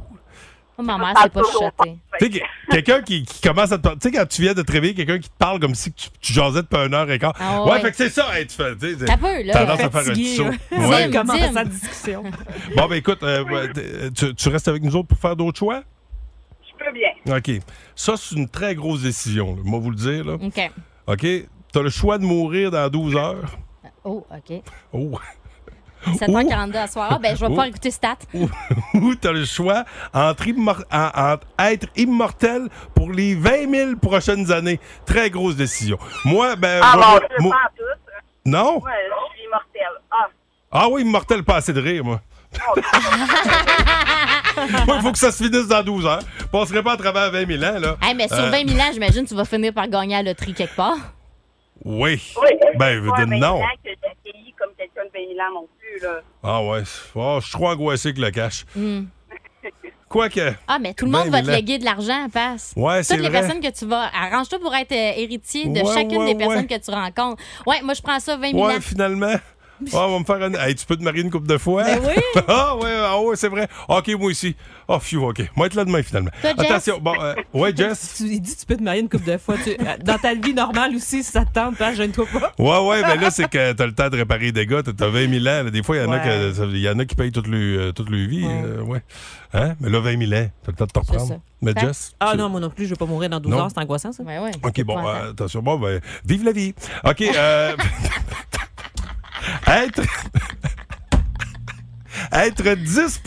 Speaker 6: Oh, ma mère, c'est pas chuchoter.
Speaker 2: Tu sais, que- quelqu'un qui, qui commence à te parler. Tu sais, quand tu viens de te réveiller, quelqu'un qui te parle comme si tu, tu jasais depuis un heure et quart.
Speaker 6: Ah
Speaker 2: ouais.
Speaker 6: ouais.
Speaker 2: fait que c'est ça. Hey, tu fais. tu sais,
Speaker 6: T'as peu, là.
Speaker 2: Tendance à faire un
Speaker 6: Fatigué,
Speaker 2: petit saut.
Speaker 6: là.
Speaker 2: Ouais.
Speaker 6: Zim,
Speaker 7: Comment
Speaker 6: zim.
Speaker 7: sa discussion?
Speaker 2: Bon, ben écoute, euh, ben, t- tu, tu restes avec nous autres pour faire d'autres choix?
Speaker 13: Je peux bien.
Speaker 2: OK. Ça, c'est une très grosse décision, là. moi vous le dire. Là.
Speaker 6: OK.
Speaker 2: OK? T'as le choix de mourir dans 12 heures.
Speaker 6: Oh, OK.
Speaker 2: Oh!
Speaker 6: 7h42 à soir. Ah, ben, je vais
Speaker 2: Ouh.
Speaker 6: pouvoir écouter Stat.
Speaker 2: Ou ou t'as le choix entre, immor- en- entre être immortel pour les 20 000 prochaines années. Très grosse décision. Moi, ben...
Speaker 13: ah
Speaker 2: moi,
Speaker 13: bon,
Speaker 2: moi-
Speaker 13: je le
Speaker 2: moi-
Speaker 13: pas en tout. hein.
Speaker 2: Non?
Speaker 13: Moi, Euh, je suis immortelle. Ah,
Speaker 2: Ah oui, immortel, pas assez de rire, moi.
Speaker 13: Oh, ben.
Speaker 2: Moi, il faut que ça se finisse dans 12 heures. Passerait pas à travers 20 000 ans, là.
Speaker 6: Hey, mais sur
Speaker 2: Euh,
Speaker 6: 20 000 ans, j'imagine tu vas finir par gagner à la loterie quelque part.
Speaker 2: Oui.
Speaker 13: oui.
Speaker 2: Ben,
Speaker 13: C'est pas
Speaker 2: de-
Speaker 13: à 20 000
Speaker 2: non.
Speaker 13: ans que j'ai vieilli comme quelqu'un de 20 000 ans non plus, là.
Speaker 2: Ah ouais. Ah, je suis trop angoissé que le cash. Quoique.
Speaker 6: Ah, mais tout le monde
Speaker 2: Ben
Speaker 6: va te
Speaker 2: Milan.
Speaker 6: léguer de l'argent, passe.
Speaker 2: Ouais, c'est
Speaker 6: Toutes les
Speaker 2: vrai.
Speaker 6: personnes que tu vas. Arrange-toi pour être euh, héritier de
Speaker 2: Ouais,
Speaker 6: chacune
Speaker 2: ouais,
Speaker 6: des personnes
Speaker 2: ouais.
Speaker 6: que tu rencontres. Ouais, moi, je prends ça 20 000
Speaker 2: Ouais,
Speaker 6: ans.
Speaker 2: finalement. Ah, on va me faire une. Hey, tu peux te marier une coupe de fois?
Speaker 6: Ben oui.
Speaker 2: ah, ouais, ah, ouais, c'est vrai. OK, moi aussi. Oh, phew, OK. Moi, être là demain, finalement.
Speaker 7: Toi, Jess?
Speaker 2: Attention. Bon, euh, ouais, Jess.
Speaker 7: Tu lui dis, tu peux te marier une couple de fois. tu- euh, Dans ta vie normale aussi, si ça te tente, hein, gêne-toi pas.
Speaker 2: Ouais, ouais, mais là, c'est que t'as le temps de réparer les dégâts. T'as- T'as 20 000 ans. là. Des fois, il y, en a
Speaker 7: Ouais.
Speaker 2: que- ça- il y en a qui payent toute leur, euh, toute leur vie. euh, ouais. Hein? Mais là, 20 000 ans, t'as le temps de te reprendre. Mais Jess.
Speaker 7: Ah
Speaker 2: tu-
Speaker 7: non, moi non plus, je vais pas mourir dans 12
Speaker 2: Non.
Speaker 7: heures, c'est angoissant ça.
Speaker 2: OK, bon, euh, attention. Bon, ben, vive la vie. OK. euh, être... être 10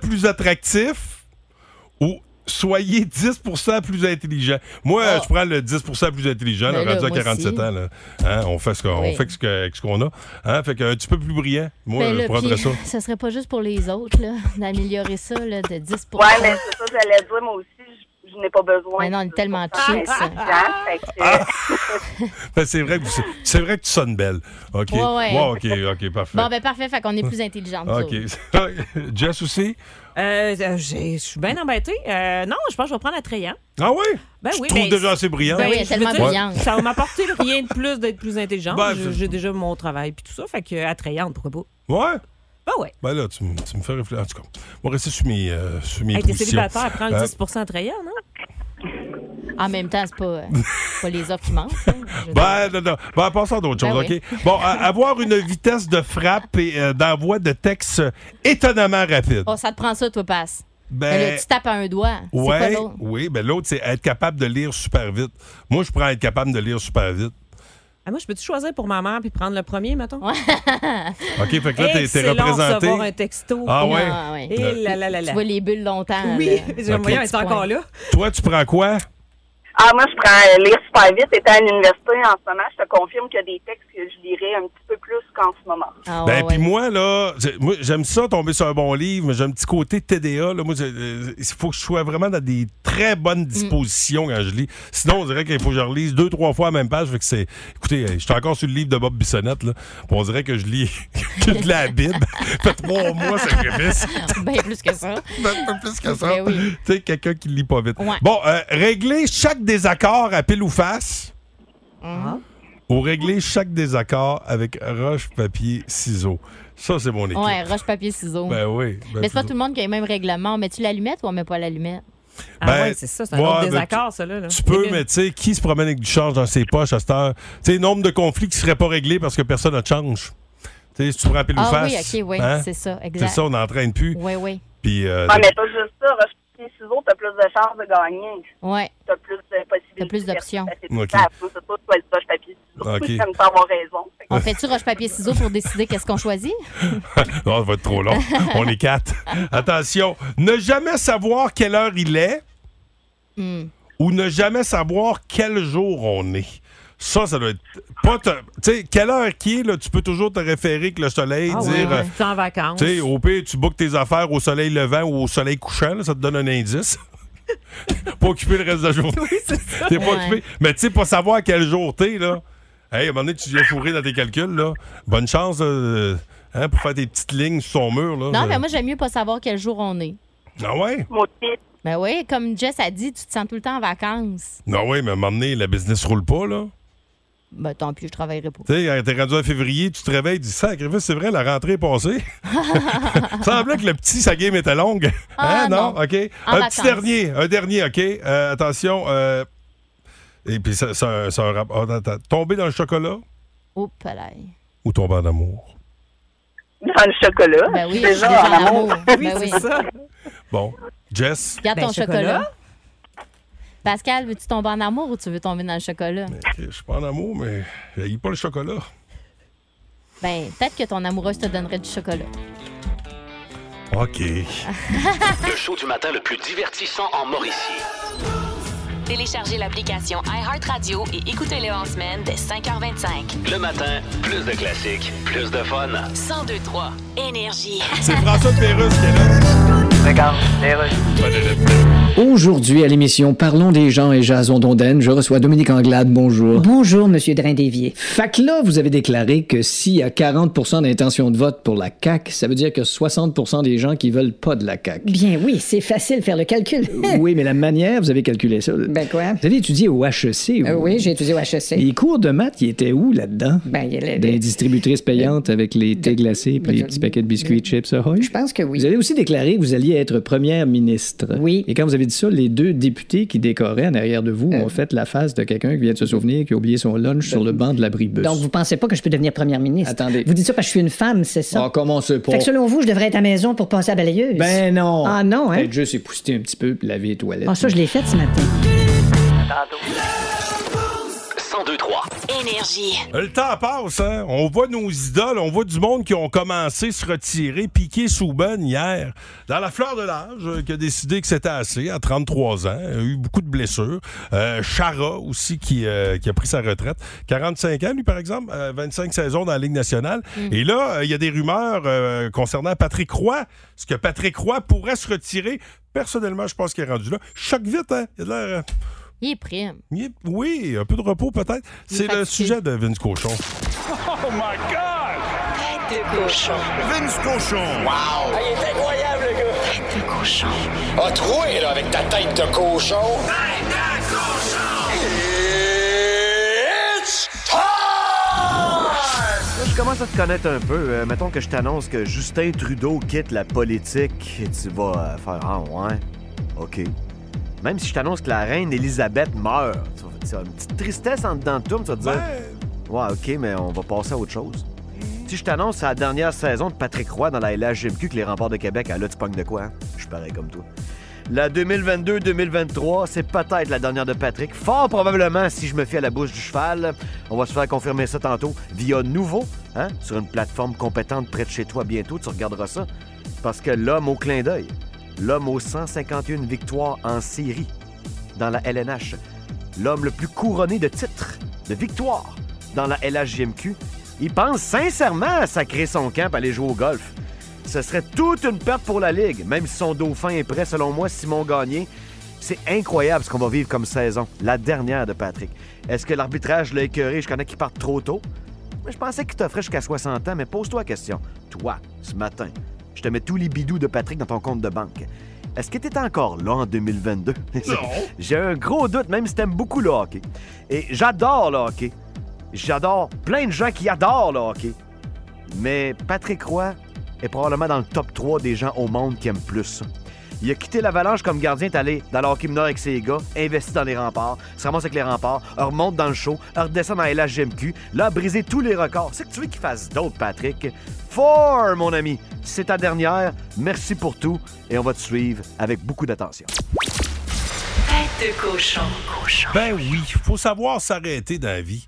Speaker 2: plus attractif ou soyez 10 plus intelligent. Moi,
Speaker 6: Ah.
Speaker 2: je prends le 10 plus intelligent, là,
Speaker 3: Ben là,
Speaker 2: rendu à
Speaker 3: moi
Speaker 2: 47
Speaker 3: aussi.
Speaker 2: ans. là. Hein, on fait ce qu'on
Speaker 6: Oui.
Speaker 2: on fait ce que- avec ce qu'on a. Hein, fait qu'un petit peu plus brillant. Moi,
Speaker 6: Ben là,
Speaker 2: je prendrais
Speaker 6: puis,
Speaker 2: ça.
Speaker 6: Ce serait pas juste pour les autres, là, d'améliorer ça là, de 10
Speaker 13: Ouais, mais c'est ça, j'allais dire, moi aussi, je, je n'ai pas besoin.
Speaker 6: Mais non, on est tellement chill, ça.
Speaker 7: Ah.
Speaker 13: Fait que,
Speaker 2: Ah. Ben, c'est vrai, que vous- c'est vrai que tu sonnes belle. OK.
Speaker 6: Ouais, ouais.
Speaker 2: OK, OK, parfait.
Speaker 6: Bon, ben parfait, fait qu'on est plus intelligentes. nous autres.
Speaker 2: OK. Jess aussi?
Speaker 7: Euh, euh, j'ai- je suis bien embêtée. Euh, non, je pense que je vais prendre attrayant.
Speaker 2: Ah oui?
Speaker 7: Ben
Speaker 2: Je
Speaker 7: oui,
Speaker 2: trouve
Speaker 7: ben,
Speaker 2: déjà assez brillante.
Speaker 7: Ben oui,
Speaker 2: Oui,
Speaker 7: je
Speaker 2: tellement
Speaker 7: veux dire,
Speaker 2: brillante.
Speaker 7: Ça va m'apporter rien de plus d'être plus intelligent.
Speaker 2: Ben,
Speaker 7: J'ai-
Speaker 2: c'est-
Speaker 7: J'ai déjà mon travail puis tout ça, fait que euh, attrayante, pourquoi pas?
Speaker 2: Ouais?
Speaker 7: Ben ouais.
Speaker 2: Ben là, tu, me- tu me fais réfléchir. En tout cas, on va rester sur mes, euh, sur mes
Speaker 7: Hey, t'es
Speaker 2: positions.
Speaker 7: célibataire, prends le
Speaker 2: Euh,
Speaker 7: 10 attrayant, non?
Speaker 6: En même temps, c'est pas, euh, pas les offres qui manquent. hein.
Speaker 2: Ben, non, non. Ben, passons à d'autres
Speaker 6: Ben
Speaker 2: choses,
Speaker 6: oui.
Speaker 2: OK? Bon, à- avoir une vitesse de frappe et euh, d'envoi de texte étonnamment rapide.
Speaker 6: Oh, ça te prend ça, toi, passe.
Speaker 2: Ben-
Speaker 6: Mais là, tu tapes à un doigt. C'est quoi
Speaker 2: Ouais,
Speaker 6: l'autre?
Speaker 2: oui, ben l'autre, c'est être capable de lire super vite. Moi, je prends être capable de lire super vite.
Speaker 7: Ah, moi, je peux-tu choisir pour ma mère puis prendre le premier, mettons?
Speaker 2: OK, fait que là, t'es- t'es
Speaker 7: Excellent
Speaker 2: représenté.
Speaker 7: recevoir un texto.
Speaker 2: Ah ouais?
Speaker 6: Ah, ouais.
Speaker 7: Et là, là, là, là.
Speaker 6: Tu vois les bulles longtemps.
Speaker 7: Oui, j'ai
Speaker 2: Ok. moyen, elle est encore
Speaker 7: là.
Speaker 2: Toi, tu prends quoi?
Speaker 13: Ah, moi, je prends euh, lire super vite. Étant à l'université en ce moment, je te confirme qu'il y a des textes que je lirais un petit peu plus qu'en ce moment.
Speaker 6: Ah
Speaker 2: ben, puis moi, là, c'est- moi, j'aime ça, tomber sur un bon livre, mais j'ai un petit côté TDA. Là, moi, j'ai- euh, il faut que je sois vraiment dans des très bonnes dispositions quand je lis. Sinon, on dirait qu'il faut que je relise deux, trois fois la même page. Fait que c'est. Écoutez, euh, je suis encore sur le livre de Bob Bissonnette, là. puis on dirait que je lis que de la Bible. fait trois mois, ça grimace.
Speaker 6: ben, plus que ça.
Speaker 2: ben, plus que ça.
Speaker 6: Ben oui.
Speaker 2: Tu sais, quelqu'un qui lit pas vite.
Speaker 6: Ouais.
Speaker 2: Bon, euh, régler chaque désaccord à pile ou face
Speaker 6: Mhm.
Speaker 2: ou régler chaque désaccord avec roche, papier, ciseaux. Ça, c'est mon équipe.
Speaker 6: Ouais, roche, papier, ciseaux.
Speaker 2: Ben oui.
Speaker 6: mais
Speaker 2: ben
Speaker 6: c'est pas
Speaker 2: plutôt-
Speaker 6: tout le monde qui a le même règlement. Mets-tu l'allumette ou on met pas l'allumette?
Speaker 7: Ah ouais, c'est ça, c'est un
Speaker 2: Ben, ouais,
Speaker 7: autre
Speaker 2: ben,
Speaker 7: désaccord,
Speaker 2: tu-
Speaker 7: ça, là. là.
Speaker 2: Tu peux, mais tu sais, qui se promène avec du change dans ses poches à cette heure? Tu sais, nombre de conflits qui ne seraient pas réglés parce que personne n'a de change. Tu sais, si tu prends pile ou
Speaker 6: Ah
Speaker 2: face.
Speaker 6: oui, ok, oui,
Speaker 2: hein,
Speaker 6: c'est ça, exact.
Speaker 2: C'est ça, on n'entraîne plus.
Speaker 6: Oui, oui.
Speaker 2: Puis, euh,
Speaker 13: Ah, mais pas juste ça. Roche, papier, ciseaux, t'as plus de chances de gagner.
Speaker 6: Ouais.
Speaker 13: T'as plus de possibilités. T'as plus
Speaker 6: d'options.
Speaker 2: Ok.
Speaker 13: Moi, c'est pas soit le roche, papier, ciseaux.
Speaker 2: Ok.
Speaker 13: Ça me semble avoir raison.
Speaker 6: On fait-tu roche, papier, ciseaux pour décider qu'est-ce qu'on choisit?
Speaker 2: non, Oh, ça va être trop long. on est quatre. Attention. Ne jamais savoir quelle heure il est
Speaker 6: Hmm.
Speaker 2: ou ne jamais savoir quel jour on est. Ça, ça doit être. Pas te- Tu sais, quelle heure qui est, là, tu peux toujours te référer que le soleil,
Speaker 7: Ah ouais,
Speaker 2: dire. euh,
Speaker 7: ouais. Tu es en vacances.
Speaker 2: Tu sais, au pire, tu bookes tes affaires au soleil levant ou au soleil couchant, là, ça te donne un indice. pas occupé le reste de la journée. T'es pas
Speaker 3: Ouais.
Speaker 2: occupé. Mais tu sais, pas savoir quel jour t'es, là. Hey, à un moment donné, tu viens fourrer dans tes calculs, là. Bonne chance, euh, hein, pour faire tes petites lignes sur son mur, là.
Speaker 6: Non, mais moi, j'aime mieux pas savoir quel jour on est.
Speaker 2: Ah ouais?
Speaker 6: Ben oui, comme Jess a dit, tu te sens tout le temps en vacances.
Speaker 2: Non, ouais, mais à un moment donné, la business roule pas, là.
Speaker 6: Ben tant pis, je travaillerai pas.
Speaker 2: Tu sais, quand t'es rendu en février, tu te réveilles, tu dis Sacrifice, c'est vrai, la rentrée est passée. Semblait que le petit, sa game était longue. Hein,
Speaker 3: Ah,
Speaker 2: non?
Speaker 3: non.
Speaker 2: OK.
Speaker 3: En
Speaker 2: un
Speaker 3: vacances.
Speaker 2: petit dernier, un dernier, OK. Euh, attention. euh, Et puis, ça, ça, ça, rap- oh, attends, attends. Tomber dans le chocolat
Speaker 6: Oups, là.
Speaker 2: ou tomber en amour?
Speaker 13: Dans le chocolat.
Speaker 6: Ben oui,
Speaker 13: Déjà,
Speaker 6: je suis
Speaker 13: en
Speaker 6: déjà en
Speaker 13: amour.
Speaker 6: amour.
Speaker 13: Oui,
Speaker 6: Ben
Speaker 13: c'est ça.
Speaker 2: Bon. Jess?
Speaker 6: Regarde ton chocolat. Pascal, veux-tu tomber en amour ou tu veux tomber dans le chocolat?
Speaker 2: OK, Je suis pas en amour, mais il pas le chocolat.
Speaker 6: Ben, peut-être que ton amoureuse te donnerait du chocolat.
Speaker 2: OK.
Speaker 8: Le show du matin le plus divertissant en Mauricie.
Speaker 1: Téléchargez l'application iHeartRadio et écoutez-le en semaine dès 5h25.
Speaker 8: Le matin, plus de classiques, plus de fun.
Speaker 1: 1023 Énergie.
Speaker 2: C'est François Pérus qui est là.
Speaker 4: Regarde,
Speaker 2: Bonne nuit.
Speaker 5: Aujourd'hui, à l'émission Parlons des gens et Jason Dondaine, je reçois Dominique Anglade. Bonjour. Bonjour, Monsieur Drain-Dévier. Fait que là, vous avez déclaré que s'il y a 40 d'intention de vote pour la CAQ, ça veut dire que 60 des gens qui veulent pas de la CAQ.
Speaker 14: Bien oui, c'est facile de faire le calcul.
Speaker 5: oui, mais la manière, vous avez calculé ça. là.
Speaker 14: Ben quoi?
Speaker 5: Vous avez étudié au HEC. vous.
Speaker 14: Euh, oui, j'ai étudié au HEC.
Speaker 5: Les cours de maths, ils étaient où là-dedans?
Speaker 14: Ben, il y a le-
Speaker 5: Des distributrices payantes avec les thés glacés puis les petits paquets de biscuits chips Ahoy? Je
Speaker 14: pense que oui.
Speaker 5: Vous avez aussi déclaré que vous alliez être première ministre.
Speaker 14: Oui.
Speaker 5: Et quand vous avez dit ça, les deux députés qui décoraient en arrière de vous
Speaker 14: Euh.
Speaker 5: ont fait la face de quelqu'un qui vient de se souvenir qui a oublié son lunch sur le banc de l'abribus.
Speaker 14: Donc, vous pensez pas que je peux devenir première ministre?
Speaker 5: Attendez.
Speaker 14: Vous dites ça parce que je suis une femme, c'est ça?
Speaker 5: Ah, comment c'est pas?
Speaker 14: Fait que selon vous, je devrais être à la maison pour passer à la balayeuse?
Speaker 5: Ben non.
Speaker 14: Ah non, hein?
Speaker 5: Peut-être juste épousseter un petit peu puis laver les toilettes.
Speaker 14: Ah, ça, je l'ai fait ce matin.
Speaker 15: 102-3. Énergie.
Speaker 2: Le temps passe, hein? On voit nos idoles, on voit du monde qui ont commencé à se retirer, piquer Souben hier, dans la fleur de l'âge, euh, qui a décidé que c'était assez à 33 ans, a eu beaucoup de blessures. Euh, Chara aussi, qui, euh, qui a pris sa retraite, 45 ans, lui, par exemple, euh, 25 saisons dans la Ligue nationale. Et là, euh, il y a des rumeurs euh, concernant Patrick Roy, ce que Patrick Roy pourrait se retirer. Personnellement, je pense qu'il est rendu là. Choc vite, hein? Il a l'air, euh,
Speaker 16: Il est prime.
Speaker 2: il est- Oui, un peu de repos peut-être. C'est le sujet de Vince Cochon.
Speaker 6: Oh my God! Tête de cochon. Vince cochon. Wow! il est incroyable, le gars! Tête de cochon.
Speaker 17: Ah, troué, là, avec ta tête de cochon. Tête de cochon! It's
Speaker 18: Là, je commence à te connaître un peu. Euh, mettons que je t'annonce que Justin Trudeau quitte la politique et tu vas euh, faire Ah, ouais. OK. Même si je t'annonce que la reine Elisabeth meurt, tu vas, tu vas- une petite tristesse en dedans de toi, mais tu vas te dire Ouais, OK, mais on va passer à autre chose. Si je t'annonce la dernière saison de Patrick Roy dans la LHGMQ que les remparts de Québec, ah, là, tu pognes de quoi, hein? Je suis pareil comme toi. La 2022-2023, c'est peut-être la dernière de Patrick. Fort probablement, si je me fie à la bouche du cheval. On va se faire confirmer ça tantôt via Nouveau, hein, sur une plateforme compétente près de chez toi bientôt. Tu regarderas ça. Parce que l'homme au clin d'œil, l'homme aux 151 victoires en série dans la LNH, l'homme le plus couronné de titres, de victoires dans la LHJMQ, il pense sincèrement à sacrer son camp et aller jouer au golf. Ce serait toute une perte pour la Ligue, même si son dauphin est prêt, selon moi, Simon Gagné. C'est incroyable ce qu'on va vivre comme saison, la dernière de Patrick. Est-ce que l'arbitrage l'a écœuré? Je connais qu'il part trop tôt. Moi, Je pensais qu'il t'offrait jusqu'à 60 ans, mais pose-toi la question. Toi, ce matin, je te mets tous les bidous de Patrick dans ton compte de banque. Est-ce que t'es encore là en 2022? Non! J'ai un gros doute, même si t'aimes beaucoup le hockey. Et j'adore le hockey. J'adore plein de gens qui adorent le hockey. Mais Patrick Roy est probablement dans le top 3 des gens au monde qui aiment plus ça. Il a quitté l'Avalanche comme gardien, est allé dans le hockey mineur avec ses gars, investi dans les remparts, se ramasse avec les remparts, remonte dans le show, redescend dans la LHGMQ, là, a brisé tous les records. C'est que tu veux qu'il fasse d'autres, Patrick. Four, mon ami, c'est ta dernière. Merci pour tout et on va te suivre avec beaucoup d'attention.
Speaker 2: Tête de cochon. Ben oui, faut savoir s'arrêter dans la vie.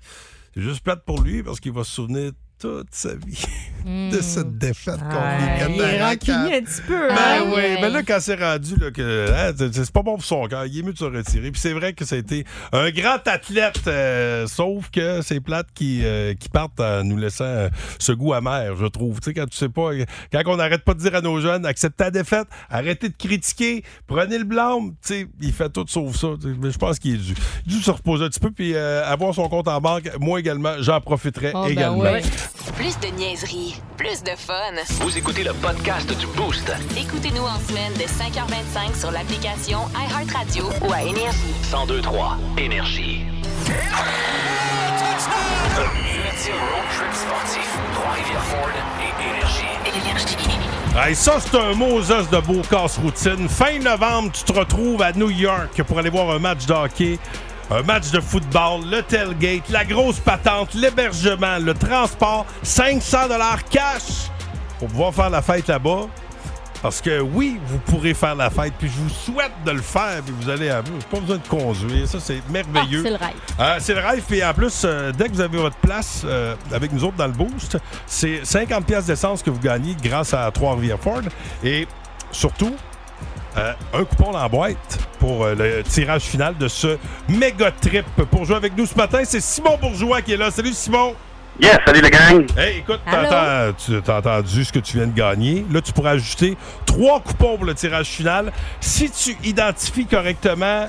Speaker 2: C'est juste plate pour lui parce qu'il va se souvenir toute sa vie
Speaker 6: Hmm.
Speaker 2: de cette défaite contre les
Speaker 9: Hmm. Ah, il est
Speaker 2: Cataractes.
Speaker 9: rancunier un petit peu.
Speaker 2: Ben
Speaker 9: hein?
Speaker 2: oui, mais là, quand c'est rendu, là, que hein, c'est- c'est pas bon pour son cœur, il est mieux de se retirer. Puis c'est vrai que ça a été un grand athlète, euh, sauf que c'est plate qui, euh, qui partent en nous laissant euh, ce goût amer, je trouve. Tu sais, quand tu sais pas, quand on n'arrête pas de dire à nos jeunes, acceptez la défaite, arrêtez de critiquer, prenez le blâme, tu sais, il fait tout sauf ça. tu sais. Mais je pense qu'il est dû. Il est dû se reposer un petit peu, puis euh, avoir son compte en banque, moi également, j'en profiterai
Speaker 1: Oh, ben
Speaker 2: également.
Speaker 1: ouais. Plus de niaiserie, plus de fun.
Speaker 8: Vous écoutez le podcast du Boost.
Speaker 1: Écoutez-nous en semaine de 5h25 sur l'application iHeartRadio ou à Énergie.
Speaker 8: 102-3. Énergie. Le multi road trip sportif. Trois-Rivières Ford et Énergie.
Speaker 2: Hey, ça, c'est un Moses de beau casse-routine. Fin novembre, tu te retrouves à New York pour aller voir un match de hockey, un match de football, le tailgate, la grosse patente, l'hébergement, le transport, 500 cash pour pouvoir faire la fête là-bas. Parce que oui, vous pourrez faire la fête, puis je vous souhaite de le faire, puis vous allez à vous. Pas besoin de conduire, ça c'est merveilleux.
Speaker 16: Ah, c'est le rêve.
Speaker 2: Euh, c'est le rêve. Puis en plus, euh, dès que vous avez votre place euh, avec nous autres dans le boost, c'est 50 pièces d'essence que vous gagnez grâce à Trois-Rivières Ford. Et surtout, euh, un coupon dans la boîte pour euh, le tirage final de ce méga trip. Pour jouer avec nous ce matin, c'est Simon Bourgeois qui est là. Salut Simon!
Speaker 9: Yes, salut le gang.
Speaker 2: Hey, écoute, t'entends- tu- t'as entendu ce que tu viens de gagner. Là, tu pourras ajouter trois coupons pour le tirage final. Si tu identifies correctement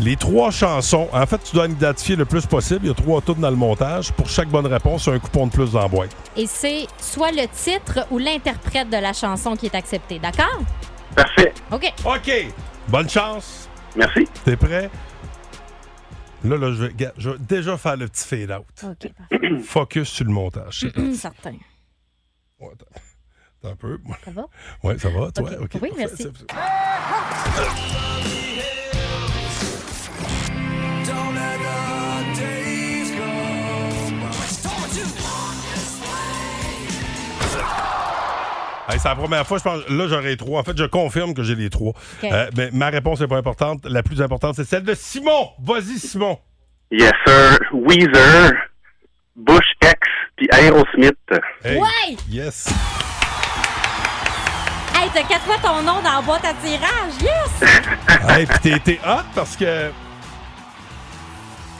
Speaker 2: les trois chansons, en fait, tu dois en identifier le plus possible. Il y a trois tours dans le montage. Pour chaque bonne réponse, un coupon de plus dans la boîte.
Speaker 6: Et c'est soit le titre ou l'interprète de la chanson qui est accepté, d'accord?
Speaker 9: Parfait.
Speaker 6: OK.
Speaker 2: OK. Bonne chance.
Speaker 9: Merci.
Speaker 2: T'es prêt? Là, là, je vais, gars, je vais déjà faire le petit fade-out.
Speaker 6: OK,
Speaker 2: Focus sur le montage. c'est
Speaker 6: parfait. Certain.
Speaker 2: Attends un peu.
Speaker 6: Ça va?
Speaker 2: Ouais, ça va, toi? OK.
Speaker 6: Oui, merci.
Speaker 2: Hey, c'est la première fois, je pense. Là, j'aurai trois. En fait, je confirme que j'ai les trois.
Speaker 9: OK.
Speaker 2: Euh, mais ma réponse n'est pas importante. La plus importante, c'est celle de Simon. Vas-y, Simon.
Speaker 9: Yes, sir. Weezer, Bush X, puis Aerosmith.
Speaker 2: Hey.
Speaker 6: Ouais!
Speaker 2: Yes.
Speaker 6: Hey, t'as quatre fois ton nom dans la boîte à tirage. Yes!
Speaker 2: hey, puis t'es- t'es hot parce que.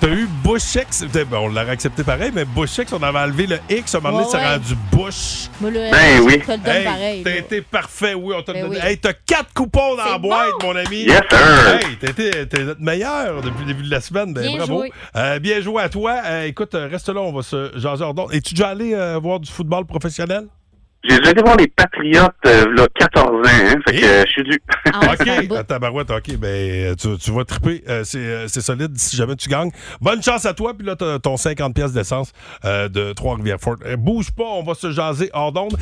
Speaker 2: T'as eu Bush X. T'es- ben, on l'aurait accepté pareil, mais Bush X, on avait enlevé le X. À un moment donné,
Speaker 6: Ouais,
Speaker 2: ça
Speaker 6: ouais.
Speaker 2: a rendu Bush.
Speaker 6: Moi, là,
Speaker 9: Ben
Speaker 6: je
Speaker 9: oui.
Speaker 6: te le donne
Speaker 2: Hey,
Speaker 6: pareil.
Speaker 2: T'as été parfait, oui. On t'a
Speaker 6: Ben
Speaker 2: donné.
Speaker 6: oui.
Speaker 2: Hey, t'as quatre coupons dans la
Speaker 6: C'est
Speaker 2: boîte,
Speaker 6: bon.
Speaker 2: mon ami.
Speaker 9: Yes, sir.
Speaker 2: Hey, t'as été- t'es notre meilleur depuis le début de la semaine. Ben,
Speaker 9: Bien
Speaker 2: bravo.
Speaker 9: joué.
Speaker 2: Euh, bien joué à toi. Euh, écoute, euh, reste là, on va se jaser hors d'onde. Es-tu déjà allé euh, voir du football professionnel?
Speaker 9: J'ai déjà été voir les Patriotes, euh, là, 14 ans, hein, fait que euh, je suis dû.
Speaker 6: Ah,
Speaker 2: OK, à tabarouette, OK, ben, tu, tu vas triper. Euh, c'est, euh, c'est solide si jamais tu gagnes. Bonne chance à toi. Puis là, t'as ton 50 pièces d'essence euh, de Trois-Rivières-Fort. Euh, bouge pas, on va se jaser hors d'onde.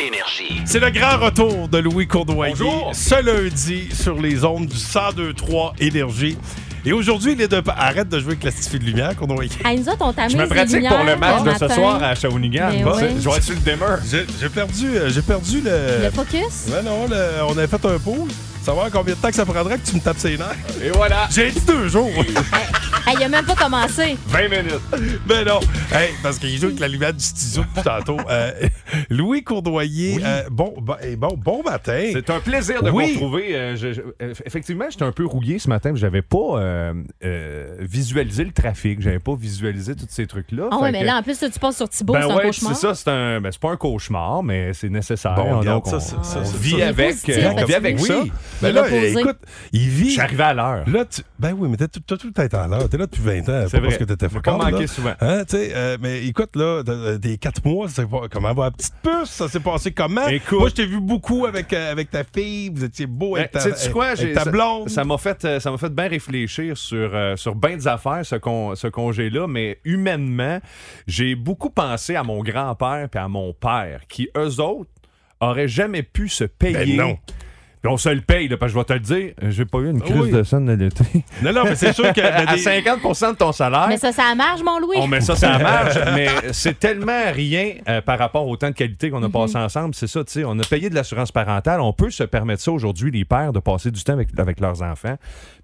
Speaker 8: Énergie.
Speaker 2: C'est le grand retour de Louis Courdoyer ce lundi sur les ondes du 1023 Énergie. Et aujourd'hui, les deux. pa- Arrête de jouer avec la petite fille de lumière, Courdoyer.
Speaker 6: Hey, nous autres, on t'amuse
Speaker 2: Je me
Speaker 6: les
Speaker 2: pratique
Speaker 6: lumières
Speaker 2: pour le match de ce
Speaker 6: matin.
Speaker 2: soir
Speaker 3: À Shawinigan,
Speaker 6: Ben
Speaker 3: bah,
Speaker 6: oui.
Speaker 3: je vais être sur le demeure.
Speaker 2: J'ai j'ai perdu, euh, j'ai perdu le.
Speaker 6: Le focus?
Speaker 2: Ouais, non, le- on avait fait un pot. Savoir combien de temps que ça prendrait que tu me tapes ses nerfs.
Speaker 3: Et voilà.
Speaker 2: J'ai dit deux jours.
Speaker 6: Hey, il a même pas commencé.
Speaker 3: 20 minutes.
Speaker 2: Ben non. Hey, parce qu'il joue avec la lumière du studio depuis tantôt. Euh, Louis Courdoyer, euh, bon, bon, eh, bon, bon matin.
Speaker 3: C'est un plaisir de
Speaker 2: oui.
Speaker 3: vous retrouver. Euh, je- je- euh, effectivement, j'étais un peu rouillé ce matin. parce que J'avais pas euh, euh, visualisé le trafic. J'avais pas visualisé tous ces trucs-là.
Speaker 6: Ah ouais,
Speaker 3: Fait
Speaker 6: mais
Speaker 3: que-
Speaker 6: là, en plus, toi, tu passes sur Thibault,
Speaker 3: ben
Speaker 6: c'est un
Speaker 3: ouais,
Speaker 6: cauchemar.
Speaker 3: c'est ça, c'est un ben, c'est pas un cauchemar mais c'est nécessaire.
Speaker 2: Bon, regarde,
Speaker 3: Donc,
Speaker 2: ça,
Speaker 3: on,
Speaker 6: Ah.
Speaker 2: c'est- ça,
Speaker 3: on
Speaker 2: c'est-
Speaker 3: vit
Speaker 2: ça.
Speaker 3: avec
Speaker 2: Il est
Speaker 3: euh, on
Speaker 2: positif.
Speaker 3: vit avec
Speaker 2: Oui.
Speaker 3: ça.
Speaker 2: Mais là, euh, écoute, il vit. Je suis
Speaker 3: arrivé à l'heure.
Speaker 2: Là, tu... Ben oui, mais t'as tout t'as tout le temps été à l'heure. T'es là depuis 20 ans.
Speaker 3: C'est
Speaker 2: pas Parce
Speaker 3: vrai.
Speaker 2: que t'étais
Speaker 3: J'ai pas
Speaker 2: focard,
Speaker 3: manqué
Speaker 2: là.
Speaker 3: souvent.
Speaker 2: Hein, tu sais, euh, mais écoute, là, de- de- des 4 mois, c'est pas... comment va la petite puce? Ça s'est passé comment? Moi, je t'ai vu beaucoup avec, euh, avec ta fille. Vous étiez beau avec ta,
Speaker 3: Ben, sais-tu quoi,
Speaker 2: avec
Speaker 3: j'ai-
Speaker 2: ta
Speaker 3: ça-
Speaker 2: blonde.
Speaker 3: Ça m'a fait, euh, ça m'a fait bien réfléchir sur, euh, sur bien des affaires, ce, con- ce congé-là, mais humainement, j'ai beaucoup pensé à mon grand-père et à mon père, qui, eux autres, auraient jamais pu se payer.
Speaker 2: non.
Speaker 3: Puis on se le paye, là, parce que je vais te le dire, j'ai pas eu une crise
Speaker 2: oui.
Speaker 3: de scène de l'été.
Speaker 2: Non, non, mais c'est sûr que-
Speaker 3: Ah à
Speaker 2: des-
Speaker 3: 50 de ton salaire.
Speaker 6: Mais ça, ça marche, mon Louis.
Speaker 3: On met Oh, ça ça marche, mais c'est tellement rien euh, par rapport au temps de qualité qu'on a passé ensemble. C'est ça, tu sais, on a payé de l'assurance parentale. On peut se permettre ça aujourd'hui, les pères, de passer du temps avec, avec leurs enfants.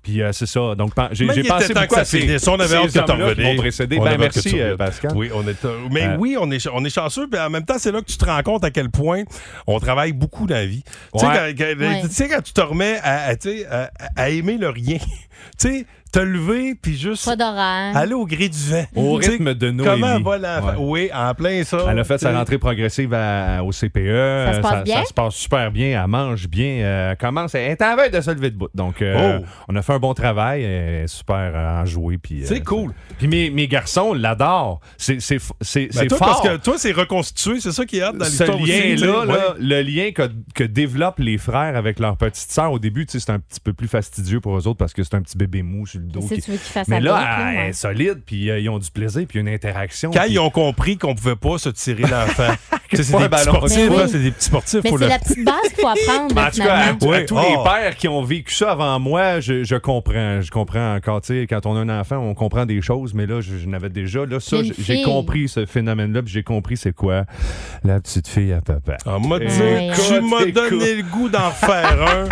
Speaker 3: Puis euh, c'est ça. Donc, pen- j'ai
Speaker 2: Mais
Speaker 3: j'ai
Speaker 2: il était
Speaker 3: pensé
Speaker 2: temps
Speaker 3: beaucoup
Speaker 2: que
Speaker 3: à
Speaker 2: ça
Speaker 3: ces,
Speaker 2: finisse. On avait
Speaker 3: ces
Speaker 2: hâte que t'en
Speaker 3: hommes-là qui m'ont
Speaker 2: revenais.
Speaker 3: précédé.
Speaker 2: On
Speaker 3: Ben,
Speaker 2: avait hâte que
Speaker 3: merci,
Speaker 2: tu
Speaker 3: euh,
Speaker 2: reviennes.
Speaker 3: Pascal.
Speaker 2: Oui, on est, euh, mais
Speaker 3: Euh,
Speaker 2: oui, on est, ch- on est chanceux, puis en même temps, c'est là que tu te rends compte à quel point on travaille beaucoup dans la vie. Tu sais,
Speaker 3: Ouais.
Speaker 2: quand, quand-
Speaker 3: Ouais.
Speaker 2: tu sais, quand tu te remets à, à, tu sais, à- à aimer le rien, tu sais, te lever, puis juste
Speaker 6: Pas d'horaire.
Speaker 2: aller au gré du vent.
Speaker 3: Au
Speaker 2: Tu sais,
Speaker 3: rythme de Noémie.
Speaker 2: Comment va la... Oui, en plein ça.
Speaker 3: Elle a fait
Speaker 2: Tu
Speaker 3: sa
Speaker 2: sais.
Speaker 3: rentrée progressive à- au CPE. Euh,
Speaker 2: se passe bien?
Speaker 3: se passe super bien. Elle mange bien. euh, elle commence. à- Elle est en veille de se lever de bout. Donc, euh,
Speaker 2: Oh.
Speaker 3: on a fait un bon travail. Elle est super euh, enjouée. puis, euh,
Speaker 2: C'est cool.
Speaker 3: Puis mes, mes garçons l'adorent. C'est c'est f- c'est-
Speaker 2: Ben,
Speaker 3: c'est
Speaker 2: toi,
Speaker 3: fort.
Speaker 2: parce que toi, c'est reconstitué, c'est ça qui est hâte dans
Speaker 3: ce
Speaker 2: l'histoire aussi, tu sais.
Speaker 3: lien-là,
Speaker 2: Ouais.
Speaker 3: là, le lien que, que développent les frères avec leur petite sœur, au début, tu sais, c'est un petit peu plus fastidieux pour eux autres parce que c'est un petit bébé mou sur le dos.
Speaker 6: Qu'est-ce que tu veux qu'ils fassent
Speaker 3: Mais là,
Speaker 6: avec, là,
Speaker 3: elle
Speaker 6: ouais.
Speaker 3: est solide, puis euh, ils ont du plaisir, puis une interaction.
Speaker 2: Quand
Speaker 3: puis-
Speaker 2: ils ont compris qu'on pouvait pas se tirer l'enfant, Tu sais, c'est
Speaker 3: Pas
Speaker 2: des,
Speaker 3: un
Speaker 2: petits
Speaker 3: ballon.
Speaker 2: sportifs,
Speaker 3: Mais
Speaker 2: là,
Speaker 3: oui.
Speaker 2: c'est des petits sportifs.
Speaker 6: Mais
Speaker 2: faut
Speaker 6: c'est
Speaker 2: le-
Speaker 6: la petite base qu'il faut apprendre,
Speaker 3: Ben, en tout cas, à,
Speaker 6: finalement.
Speaker 3: à tous les
Speaker 2: Oh.
Speaker 3: pères qui ont vécu ça avant moi, je, je comprends. Je comprends encore. Tu sais, quand on a un enfant, on comprend des choses, mais là, je, je n'avais déjà. Là, ça,
Speaker 6: Une
Speaker 3: j-
Speaker 6: fille.
Speaker 3: j'ai compris ce phénomène-là, puis j'ai compris c'est quoi la petite fille à papa. Eh
Speaker 2: Moi, tu- tu m'as donné le goût d'en faire un.
Speaker 3: hein,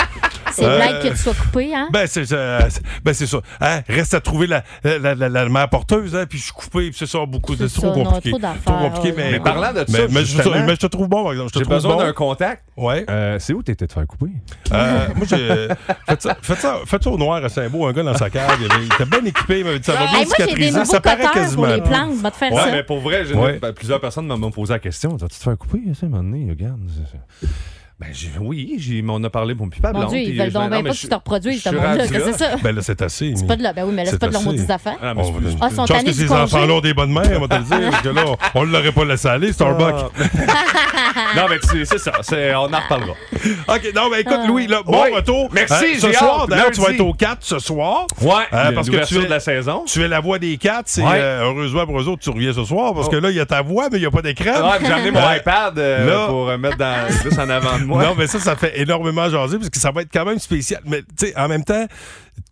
Speaker 6: C'est
Speaker 2: Euh,
Speaker 6: blague que tu sois coupé, hein?
Speaker 2: Ben, c'est ça. Ben, c'est ça. Hein, Reste à trouver la, la, la, la- la mère porteuse, hein, puis je suis coupé, puis c'est ça, beaucoup. C'est
Speaker 6: C'est
Speaker 2: trop
Speaker 6: ça, non,
Speaker 2: compliqué.
Speaker 6: trop d'affaires,
Speaker 2: compliqué,
Speaker 6: ouais,
Speaker 2: mais.
Speaker 3: Mais parlant de ça,
Speaker 2: mais, mais
Speaker 3: justement,
Speaker 2: trouve- mais je te trouve bon, par exemple. Je te
Speaker 3: J'ai
Speaker 2: trouve
Speaker 3: besoin
Speaker 2: bon.
Speaker 3: d'un Euh, contact.
Speaker 2: Ouais.
Speaker 3: c'est où t'étais de faire couper?
Speaker 2: Euh, moi, j'ai. Faites ça, faites, ça, faites ça au noir à Saint-Beau, un gars dans sa cave. Il, avait- il était bien équipé, mais ça va bien
Speaker 6: Hey, moi, j'ai des
Speaker 3: hein,
Speaker 2: cicatriser.
Speaker 6: nouveaux
Speaker 2: Ça paraît
Speaker 6: coteurs
Speaker 2: quasiment.
Speaker 6: pour les plantes. Va te faire
Speaker 3: ouais,
Speaker 6: ça.
Speaker 3: Ah, mais pour vrai, j'ai-
Speaker 2: Ouais.
Speaker 3: ben, plusieurs personnes m'ont m'ont posé la question. Tu te faire couper, ça, à un moment donné, regarde. c'est- Ben, j'ai- oui, j'ai- mais on a parlé pour mon pipa
Speaker 6: Mon
Speaker 3: blonde.
Speaker 6: Dieu,
Speaker 3: puis
Speaker 6: ils veulent
Speaker 3: je-
Speaker 6: donc
Speaker 3: non,
Speaker 6: bien
Speaker 3: mais
Speaker 6: pas
Speaker 3: je-
Speaker 6: que tu te reproduises,
Speaker 3: je
Speaker 6: ce
Speaker 3: suis
Speaker 6: monde-là.
Speaker 3: rendu
Speaker 6: Qu'est-ce que
Speaker 3: là.
Speaker 6: c'est ça?
Speaker 2: Ben là, c'est assez.
Speaker 6: C'est
Speaker 2: mais-
Speaker 6: pas de là. Ben oui, mais là, c'est pas de leur
Speaker 2: assez.
Speaker 6: maudite affaire.
Speaker 2: Ah, mais
Speaker 6: On-
Speaker 2: c'est-
Speaker 6: Ah, sont
Speaker 2: Chance
Speaker 6: tannés
Speaker 2: que
Speaker 6: du
Speaker 2: ces
Speaker 6: congé.
Speaker 2: enfants-là ont des bonnes mères, on va te le dire. parce que là, on on l'aurait pas laissé aller, Starbucks.
Speaker 3: Ah. Non, mais c'est- c'est ça. c'est- On en reparlera.
Speaker 2: OK, non, mais
Speaker 6: Ah.
Speaker 2: écoute, Louis, là, bon
Speaker 3: Oui.
Speaker 2: retour.
Speaker 3: Merci,
Speaker 2: Euh, Ce
Speaker 3: j'ai
Speaker 2: soir,
Speaker 3: hâte,
Speaker 2: d'ailleurs, tu vas
Speaker 3: lundi.
Speaker 2: être au 4 ce soir.
Speaker 3: Ouais,
Speaker 2: Euh,
Speaker 3: le-
Speaker 2: parce que
Speaker 3: l'ouverture
Speaker 2: tu es,
Speaker 3: de la saison.
Speaker 2: tu es la voix des 4. C'est
Speaker 3: Ouais. Oh.
Speaker 2: euh, heureusement pour eux autres, tu reviens ce soir parce que là, il y a ta voix, mais il n'y a pas d'écran.
Speaker 3: Ouais, ah, puis j'ai amené mon
Speaker 2: Euh,
Speaker 3: iPad euh,
Speaker 2: là-
Speaker 3: pour euh, mettre dans, juste en avant de moi.
Speaker 2: Non, mais ça, ça fait énormément jaser parce que ça va être quand même spécial. Mais tu sais, en même temps,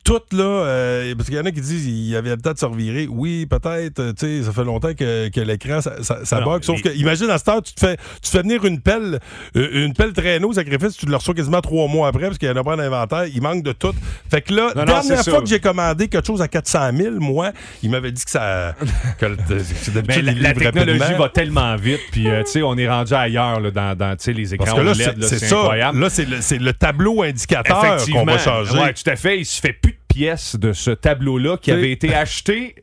Speaker 2: tout là, euh, parce qu'il y en a qui disent il y avait le temps de se revirer. Oui, peut-être, euh, tu sais, ça fait longtemps que, que l'écran, ça, ça, ça
Speaker 3: Non,
Speaker 2: bug. Sauf
Speaker 3: mais-
Speaker 2: que, imagine à cette heure, tu te fais, tu te fais venir une pelle, euh, une pelle traîneau au sacrifice, tu le reçois quasiment trois mois après parce qu'il n'y en a pas d'inventaire, il manque de tout. Fait que là,
Speaker 3: Non, non,
Speaker 2: dernière
Speaker 3: c'est
Speaker 2: fois
Speaker 3: sûr.
Speaker 2: que j'ai commandé quelque chose à 400 000, moi, il m'avait dit que ça. que le- c'est
Speaker 3: Mais
Speaker 2: d'habitude,
Speaker 3: la,
Speaker 2: il
Speaker 3: la
Speaker 2: livre
Speaker 3: technologie
Speaker 2: rapidement.
Speaker 3: va tellement vite, puis euh, tu sais, on est rendu ailleurs là, dans, dans tu sais, les écrans
Speaker 2: Parce que là,
Speaker 3: OLED,
Speaker 2: c'est-
Speaker 3: là,
Speaker 2: c'est
Speaker 3: c'est
Speaker 2: ça.
Speaker 3: incroyable.
Speaker 2: Là, c'est le, c'est le tableau indicateur qu'on va changer.
Speaker 3: Ouais, tout à fait. Il se fait plus de pièces de ce tableau-là qui
Speaker 2: C'est-
Speaker 3: avait été acheté.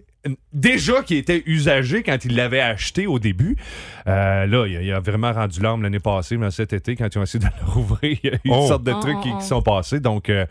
Speaker 3: Déjà qui était usagé quand il l'avait acheté au début. Euh, là, il a, il a vraiment rendu l'arme l'année passée, mais cet été, quand ils ont essayé de le rouvrir, il y a eu
Speaker 2: Oh.
Speaker 3: une sorte de
Speaker 2: Oh,
Speaker 3: trucs qui,
Speaker 2: oh, oh.
Speaker 3: qui sont passés. Donc, euh,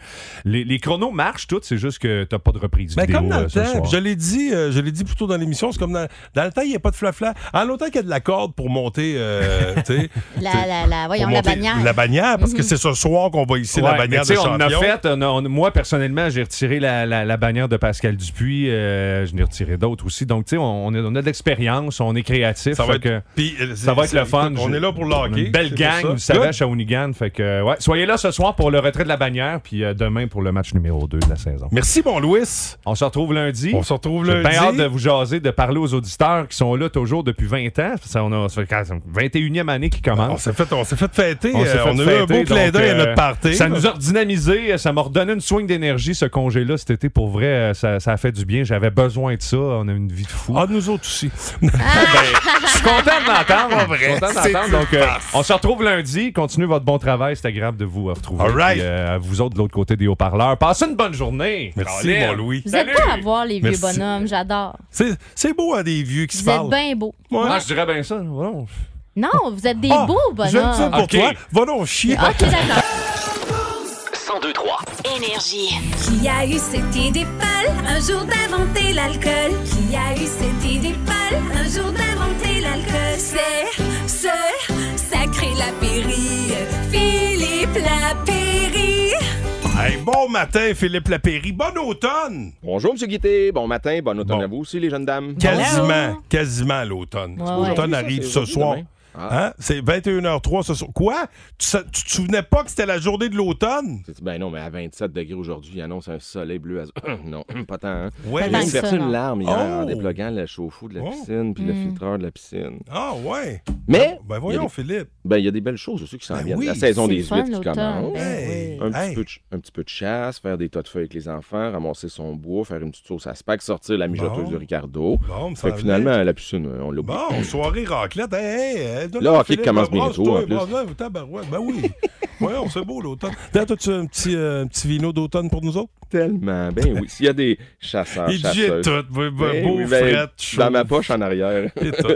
Speaker 3: les, les chronos marchent tous, c'est juste que t'as pas de reprise
Speaker 2: Ben,
Speaker 3: vidéo
Speaker 2: comme dans
Speaker 3: euh,
Speaker 2: le
Speaker 3: ce
Speaker 2: temps,
Speaker 3: soir.
Speaker 2: je l'ai dit, euh, je l'ai dit plus tôt dans l'émission, c'est comme dans, dans le temps, il n'y a pas de flafla. En l'autant qu'il y a de la corde pour monter, euh, tu sais,
Speaker 6: La, la, la,
Speaker 2: pour
Speaker 6: voyons, la
Speaker 2: monter
Speaker 6: bannière.
Speaker 2: la bannière, parce que
Speaker 6: Mhm.
Speaker 2: c'est ce soir qu'on va ici la
Speaker 3: Ouais,
Speaker 2: bannière
Speaker 3: mais tu
Speaker 2: de
Speaker 3: sais, on en a
Speaker 2: champion.
Speaker 3: fait. on a- on- moi, personnellement, j'ai retiré la, la- la bannière de Pascal Dupuis. euh, je n'ai retiré d'autres aussi. Donc, tu sais, on, on a, on a de l'expérience, on est créatif.
Speaker 2: Ça va
Speaker 3: fait
Speaker 2: être-
Speaker 3: que
Speaker 2: puis, euh,
Speaker 3: ça va être
Speaker 2: c'est-
Speaker 3: le fun.
Speaker 2: on
Speaker 3: Je-
Speaker 2: est là pour le
Speaker 3: on a
Speaker 2: hockey,
Speaker 3: Une belle
Speaker 2: c'est
Speaker 3: gang,
Speaker 2: ça.
Speaker 3: vous savez, à
Speaker 2: Good.
Speaker 3: Shawinigan. Fait que, ouais, soyez là ce soir pour le retrait de la bannière, puis euh, demain pour le match numéro 2 de la saison.
Speaker 2: Merci, bon Louis.
Speaker 3: On se retrouve lundi.
Speaker 2: On se retrouve
Speaker 3: J'ai
Speaker 2: lundi.
Speaker 3: bien hâte de vous jaser, de parler aux auditeurs qui sont là toujours depuis 20 ans. Ça, on a, ça fait quand même 21e année qui commence.
Speaker 2: On s'est fait, on s'est fait fêter.
Speaker 3: On,
Speaker 2: euh,
Speaker 3: s'est fait
Speaker 2: on a eu un beau
Speaker 3: fêter,
Speaker 2: clin
Speaker 3: donc,
Speaker 2: d'œil à
Speaker 3: euh,
Speaker 2: notre party.
Speaker 3: Ça nous a redynamisé, euh, ça m'a redonné une soigne d'énergie, ce congé-là, cet été. Pour vrai, euh, ça, ça a fait du bien. J'avais besoin de ça. On a une vie de fou. Ah,
Speaker 2: nous autres aussi.
Speaker 3: je suis content de
Speaker 2: Pas
Speaker 3: m'entendre.
Speaker 2: vrai,
Speaker 3: Je suis content de
Speaker 2: c'est
Speaker 3: m'entendre.
Speaker 2: une
Speaker 3: Donc, euh,
Speaker 2: farce.
Speaker 3: on se retrouve lundi. Continuez votre bon travail. C'était grave de vous euh, retrouver.
Speaker 2: All right.
Speaker 3: Puis, euh, à vous autres de l'autre côté des haut-parleurs. Passez une bonne journée.
Speaker 2: Merci,
Speaker 3: Caroline.
Speaker 2: mon Louis.
Speaker 6: Vous êtes pas à voir les vieux
Speaker 3: Merci.
Speaker 6: bonhommes, j'adore.
Speaker 2: C'est c'est beau, hein, des vieux qui se
Speaker 6: Vous êtes
Speaker 2: parlent.
Speaker 6: bien beaux.
Speaker 3: Ah, je dirais bien ça. Voilà.
Speaker 6: Non, vous êtes des
Speaker 2: Ah,
Speaker 6: beaux
Speaker 2: Je vais le dire
Speaker 6: bonhommes.
Speaker 2: pour toi. Va donc chier.
Speaker 3: Ah,
Speaker 6: Ok, d'accord.
Speaker 19: 1023.
Speaker 20: Énergie.
Speaker 17: Qui a eu cette idée folle un jour d'inventer l'alcool? Qui a eu cette idée folle un jour d'inventer l'alcool? C'est ce sacré Lapéry, Philippe Lapéry.
Speaker 2: Hey, bon matin, Philippe Lapéry. Bon automne.
Speaker 21: Bonjour, M. Guité. Bon matin. Bon automne à vous aussi, les jeunes dames.
Speaker 2: Quasiment, quasiment l'automne.
Speaker 21: Ouais,
Speaker 2: L'automne
Speaker 21: ouais.
Speaker 2: arrive
Speaker 21: C'est
Speaker 2: ce
Speaker 21: aujourd'hui,
Speaker 2: soir.
Speaker 21: demain. Ah.
Speaker 2: Hein? C'est 21h03 ce soir. Quoi? Tu, sa- tu te souvenais pas que c'était la journée de l'automne?
Speaker 21: C'est- Ben non, mais à 27 degrés aujourd'hui, il annonce un soleil bleu. à- non, pas tant. hein.
Speaker 2: Ouais. Pas tant
Speaker 21: J'ai
Speaker 2: que ça,
Speaker 21: versé
Speaker 2: non.
Speaker 21: une larme hier
Speaker 2: Oh!
Speaker 21: en déploguant le chauffe-eau de la
Speaker 2: Oh!
Speaker 21: piscine puis le
Speaker 2: Mm.
Speaker 21: filtreur de la piscine.
Speaker 2: Ah ouais.
Speaker 21: Mais.
Speaker 2: Ben voyons,
Speaker 21: il y a des-
Speaker 2: Philippe.
Speaker 21: Ben, il y a des belles choses aussi qui s'en viennent.
Speaker 2: oui,
Speaker 21: la saison
Speaker 2: c'est
Speaker 21: des
Speaker 2: le fun,
Speaker 21: huîtres qui
Speaker 2: l'automne.
Speaker 21: commence.
Speaker 2: Ben
Speaker 21: Un,
Speaker 2: oui.
Speaker 21: petit
Speaker 2: Hey.
Speaker 21: peu de ch- un petit peu de chasse, faire des tas de feuilles avec les enfants, ramasser son bois, faire une petite sauce à spag, sortir la mijoteuse
Speaker 2: Bon.
Speaker 21: de Ricardo.
Speaker 2: Bon, me
Speaker 21: fait
Speaker 2: semblait.
Speaker 21: que finalement, la piscine, on l'oublie.
Speaker 2: Bon, soirée raclette. Hey, hey, hey, donne-moi,
Speaker 21: Le hockey
Speaker 2: Philippe,
Speaker 21: commence
Speaker 2: brasse-toi,
Speaker 21: bientôt, en plus.
Speaker 2: brasse-toi, tabarouette. Ben oui. voyons, c'est beau l'automne. D'ailleurs, toi, tu as un petit, euh, un petit vino d'automne pour nous autres?
Speaker 21: Tellement. Ben oui, s'il y a des chasseurs,
Speaker 2: Il dit
Speaker 21: chasseuses.
Speaker 2: tout, oui, ben,
Speaker 21: Ah, Eh
Speaker 2: beau, frette, chaud.
Speaker 21: Dans ma poche en arrière.
Speaker 2: Et tout.